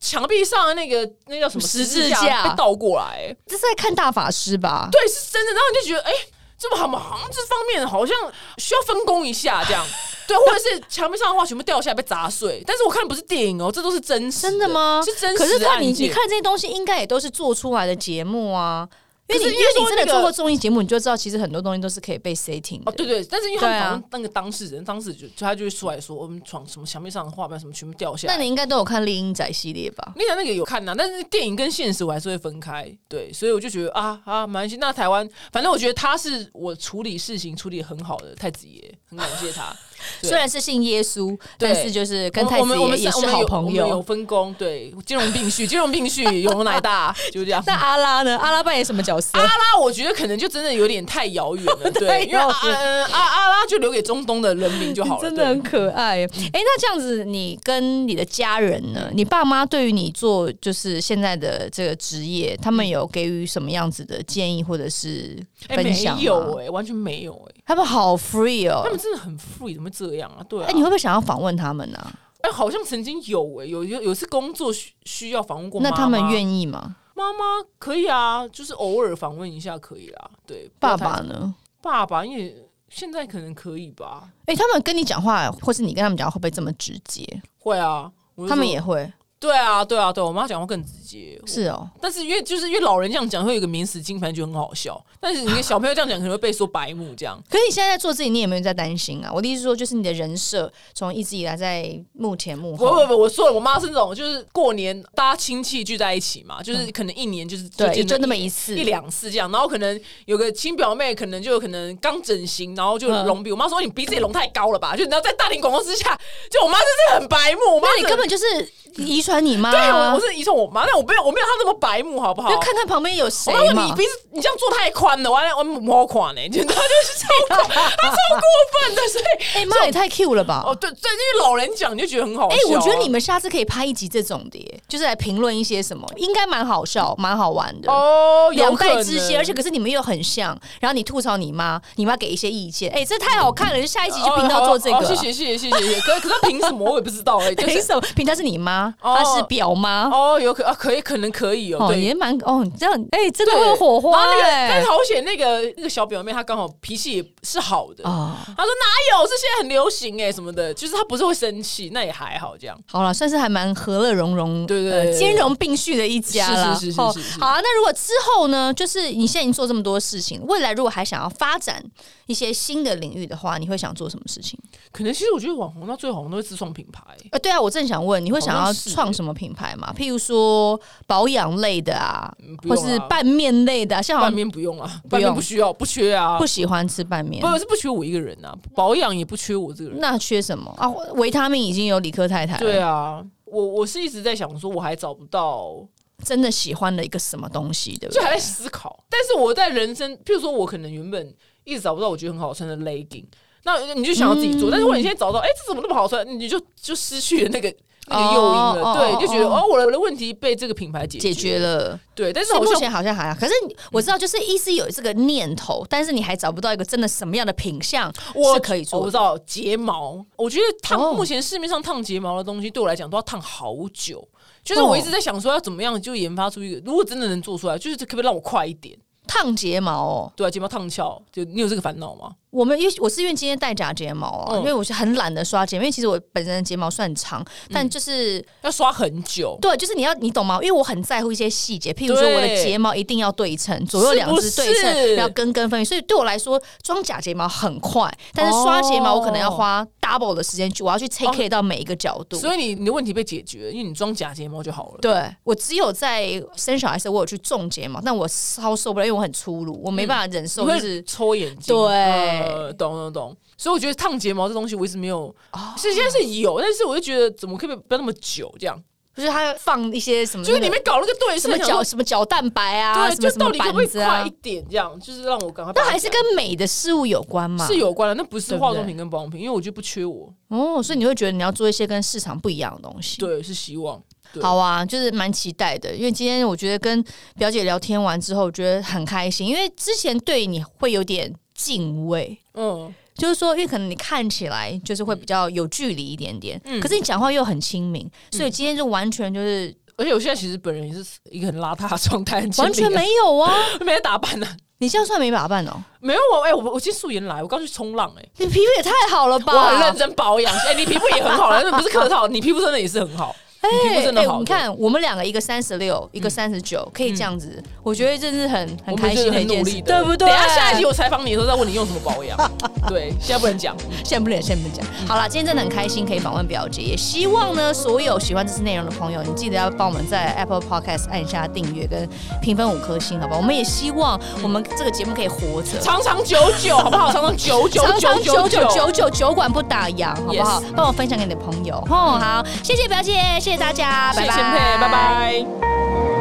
墙壁上的那个那叫什么
十字
字
架
被倒过来、欸
这是在看大法师吧？
对，是真的。然后你就觉得，哎、这么好嘛，好像这方面好像需要分工一下这样。对，或者是墙壁上的画全部掉下来被砸碎，但是我看的不是电影哦，这都是真实
真的吗？
是真实的
可是看你
案件
你看这些东西，应该也都是做出来的节目啊。因为
可
你
是
因为你
因为说
真
那
的
个
做过综艺节目，你就知道其实很多东西都是可以被 setting 的。
哦，对对，但是因为他
对
们
啊
好像那个当事人，当时就就他就会出来说，我们床什么墙壁上的画面什么全部掉下来。
那你应该都有看《丽英仔》系列吧？
你想那个有看呐、但是电影跟现实我还是会分开，对，所以我就觉得啊啊，蛮系。那台湾，反正我觉得他是我处理事情处理得很好的太子爷，很感谢 他。对
虽然是信耶稣，
对
但是就是跟太
我
子
们我
爷
们
也
三我
是
们
好
有
朋
我们有
友。
分工，对，兼容并蓄，兼容并蓄，有容乃大， 就这样。
那阿拉呢？阿拉扮演什么角色？
阿拉，我觉得可能就真的有点太遥远了， 对，因为
遥
阿
远
呃阿阿拉就留给中东的人民就好了，
真的
对嗯
很可爱。哎、那这样子，你跟你的家人呢？你爸妈对于你做就是现在的这个职业，他们有给予什么样子的建议或者是
哎、
分
嗯没
享吗？
有哎、完全没有哎、
他们好 free 哦，
他们真的很 free，怎么会这样啊？对啊，
哎、你会不会想要访问他们呢、
哎、好像曾经有哎、有有有一次工作需需要访问过
那他们
意
愿意吗？
妈妈可以啊，就是偶尔访问一下可以啦，对，
爸
不要
爸
太
呢？
爸爸，因为现在可能可以吧，
哎、他们跟你讲话，或是你跟他们讲话，会不会这么直接？
会啊，我就
他们
说
也会
对啊，对啊，对啊我妈讲话更直接，
是哦，
但是因为就是因为老人这样讲会有一个免死金牌，觉得很好笑。但是你跟小朋友这样讲，可能会被说白目这样。
可是你现在在做自己，你有没有在担心啊？我的意思是说，就是你的人设从一直以来在幕前幕
不不
后，
不，我说了，我妈是那种就是过年大家亲戚聚在一起嘛，就是可能一年就是
嗯对，
见
就那么
一
一次，
一两次这样，然后可能有个亲表妹，可能就可能刚整形，然后就
嗯
隆鼻。我妈说你鼻子也隆太高了吧？就你知道在大庭广众之下，就我妈真是很白目，我妈
那你
真的
根本就是遗传你妈、
对我
啊
我。是遗传我妈，但我没有我没有她那么白目，好不好？
就看看旁边有谁
我妈说你
嘛。
鼻子你这样做太宽了，完了我摸款呢，就 她就是超 过她超过分的，所以
哎妈、也太 Q 了吧！
哦对，对，因为老人讲你就觉得很好笑、
哎、
啊。
我觉得你们下次可以拍一集这种的耶，就是来评论一些什么，应该蛮好笑、蛮好玩的。
哦，有
两代
可
之
能
间，而且可是你们又很像，然后你吐槽你妈，你妈给一些意见，哎、这太好看了，就下一集就频道做这个、
哦好哦谢谢谢谢谢谢谢谢。可可是他凭什么我也不知道 哎、就
凭
是
什么？凭她是你妈，
哦
她是表妈，哦，
哦，有可啊，可以可能可以哦，对。
也蛮哦，这样哎、真的
对
会有火花
然后那个，但
哎、
是好险，那个那个小表妹她刚好脾气也是好的。
哦，
她说哪有，这现在很流行哎、什么的，就是她不是会生气，那也还好这样。
好了，算是还蛮和乐融融，
对对
呃
对对
兼容并蓄的一家了。
是是是是
哦
是是
好啊，那如果之后呢？就是你现在已经做这么多事情，未来如果还想要发展一些新的领域的话，你会想做什么事情？
可能其实我觉得网红到最后好像都会自创品牌，
呃，对啊，我正想问，你会想
好
要
像是
创什么品牌吗？譬如说保养类的啊，
嗯不
或
用啊
是拌面类的啊、像好
半
像
面不用啊，
不用
半面不需要，不缺啊，
不喜欢吃拌面，
不是不缺我一个人啊，保养也不缺我这个人。
那缺什么啊？维他命已经有理科太太了，
对啊，我我是一直在想说，我还找不到
真的喜欢的一个什么东西，对不
就
对？
还在思考。但是我在人生，譬如说，我可能原本一直找不到我觉得很好穿的 legging，那你就想要自己
嗯
做。但是如果你现在找到，哎、这怎么那么好穿？你就就失去了那个那个诱因了。
哦
对，你就觉得
哦
哦我的问题被这个品牌解
解决了。
对，但是
所
好
以目
像嗯
前好像还好，可是你我知道，就是一是有这个念头，但是你还找不到一个真的什么样的品相
我哦
是可以
我
做
知
的。
道睫毛，我觉得烫、
哦
目前市面上烫睫毛的东西，对我来讲都要烫好久。就是
哦
我一直在想说要怎么样就研发出一个，如果真的能做出来，就是可不可以让我快一点？
烫睫毛哦，
对啊，睫毛烫翘，就你有这个烦恼吗？
我们因为我是因为今天戴假睫毛啊，
嗯
因为我是很懒得刷睫毛，因为其实我本身的睫毛算长，
嗯
但就是、
要刷很久，
对，就是你要你懂吗？因为我很在乎一些细节，譬如说
对
我的睫毛一定要对称，左右两只对
是不是
称，然后根根分明，所以对我来说装假睫毛很快，但是刷睫毛我可
哦
能要花 double 的时间去，我要去 take care 到每一个角度。
所以你你的问题被解决，因为你装假睫毛就好了。
对我只有在生小孩时，我有去种睫毛，但我超受不了，因为我很粗鲁，我没办法忍
你
受，就
会
是
抽眼睛，
对
呃懂懂懂。所以我觉得烫睫毛这东西我一直没有，
哦
是现在是有，但是我就觉得怎么可以不要那么久这样？
就是它放一些什么那
就是
个、
你们搞那个对
嗯什
称，
么
想说
角什么角蛋白啊，
对，
什么
就
什
到
么
底可不可以
板子
快
啊
一，点这样？就是让我赶快把它
那
夹。
还是跟美的事物有关嘛？
是有关啊的，那不是
对不
化妆
对
品跟保养品，因为我觉得不缺我，
哦，所以你会觉得你要做一些跟市场不一样的东西。
对，是希望。对
好啊，就是蛮期待的，因为今天我觉得跟表姐聊天完之后，我觉得很开心，因为之前对你会有点敬畏，
嗯，
就是说，因为可能你看起来就是会比较有距离一点点，
嗯
可是你讲话又很亲民，所以今天就完全就是、
而且我现在其实本人也是一个很邋遢的状态，很
完全
清
没有啊！
零啊没在打扮呢、
你这样算没打扮哦，
没有我哎、我我今天素颜来，我刚去冲浪哎、
你皮肤也太好了吧！
我很认真保养，哎、你皮肤也很好了，那不是客套，你皮肤真的也是很好，你皮肤真的好，
哎你看我们两个一个三十六，一个三十九，可以这样子，我觉得这是很
对。
很
我
开
们就是
心的
很
一
努
件
力
事，
的，
对不
等
对？
一下下一集我采访你的时候再问你用什么保养。对，现在不能讲。
先不聊，先不讲。好啦，今天真的很开心，可以访问表姐，也希望呢，所有喜欢这次内容的朋友，你记得要帮我们在 Apple Podcast 按下订阅跟评分五颗星，好吧？我们也希望我们这个节目可以活着。
长长久久，好不好？长长久久，
长长久久
久
久久酒馆不打烊，好不好
Yes？
帮我分享给你的朋友。哦，好，谢谢表姐，谢谢大家，
谢谢
拜拜，
千佩，拜拜。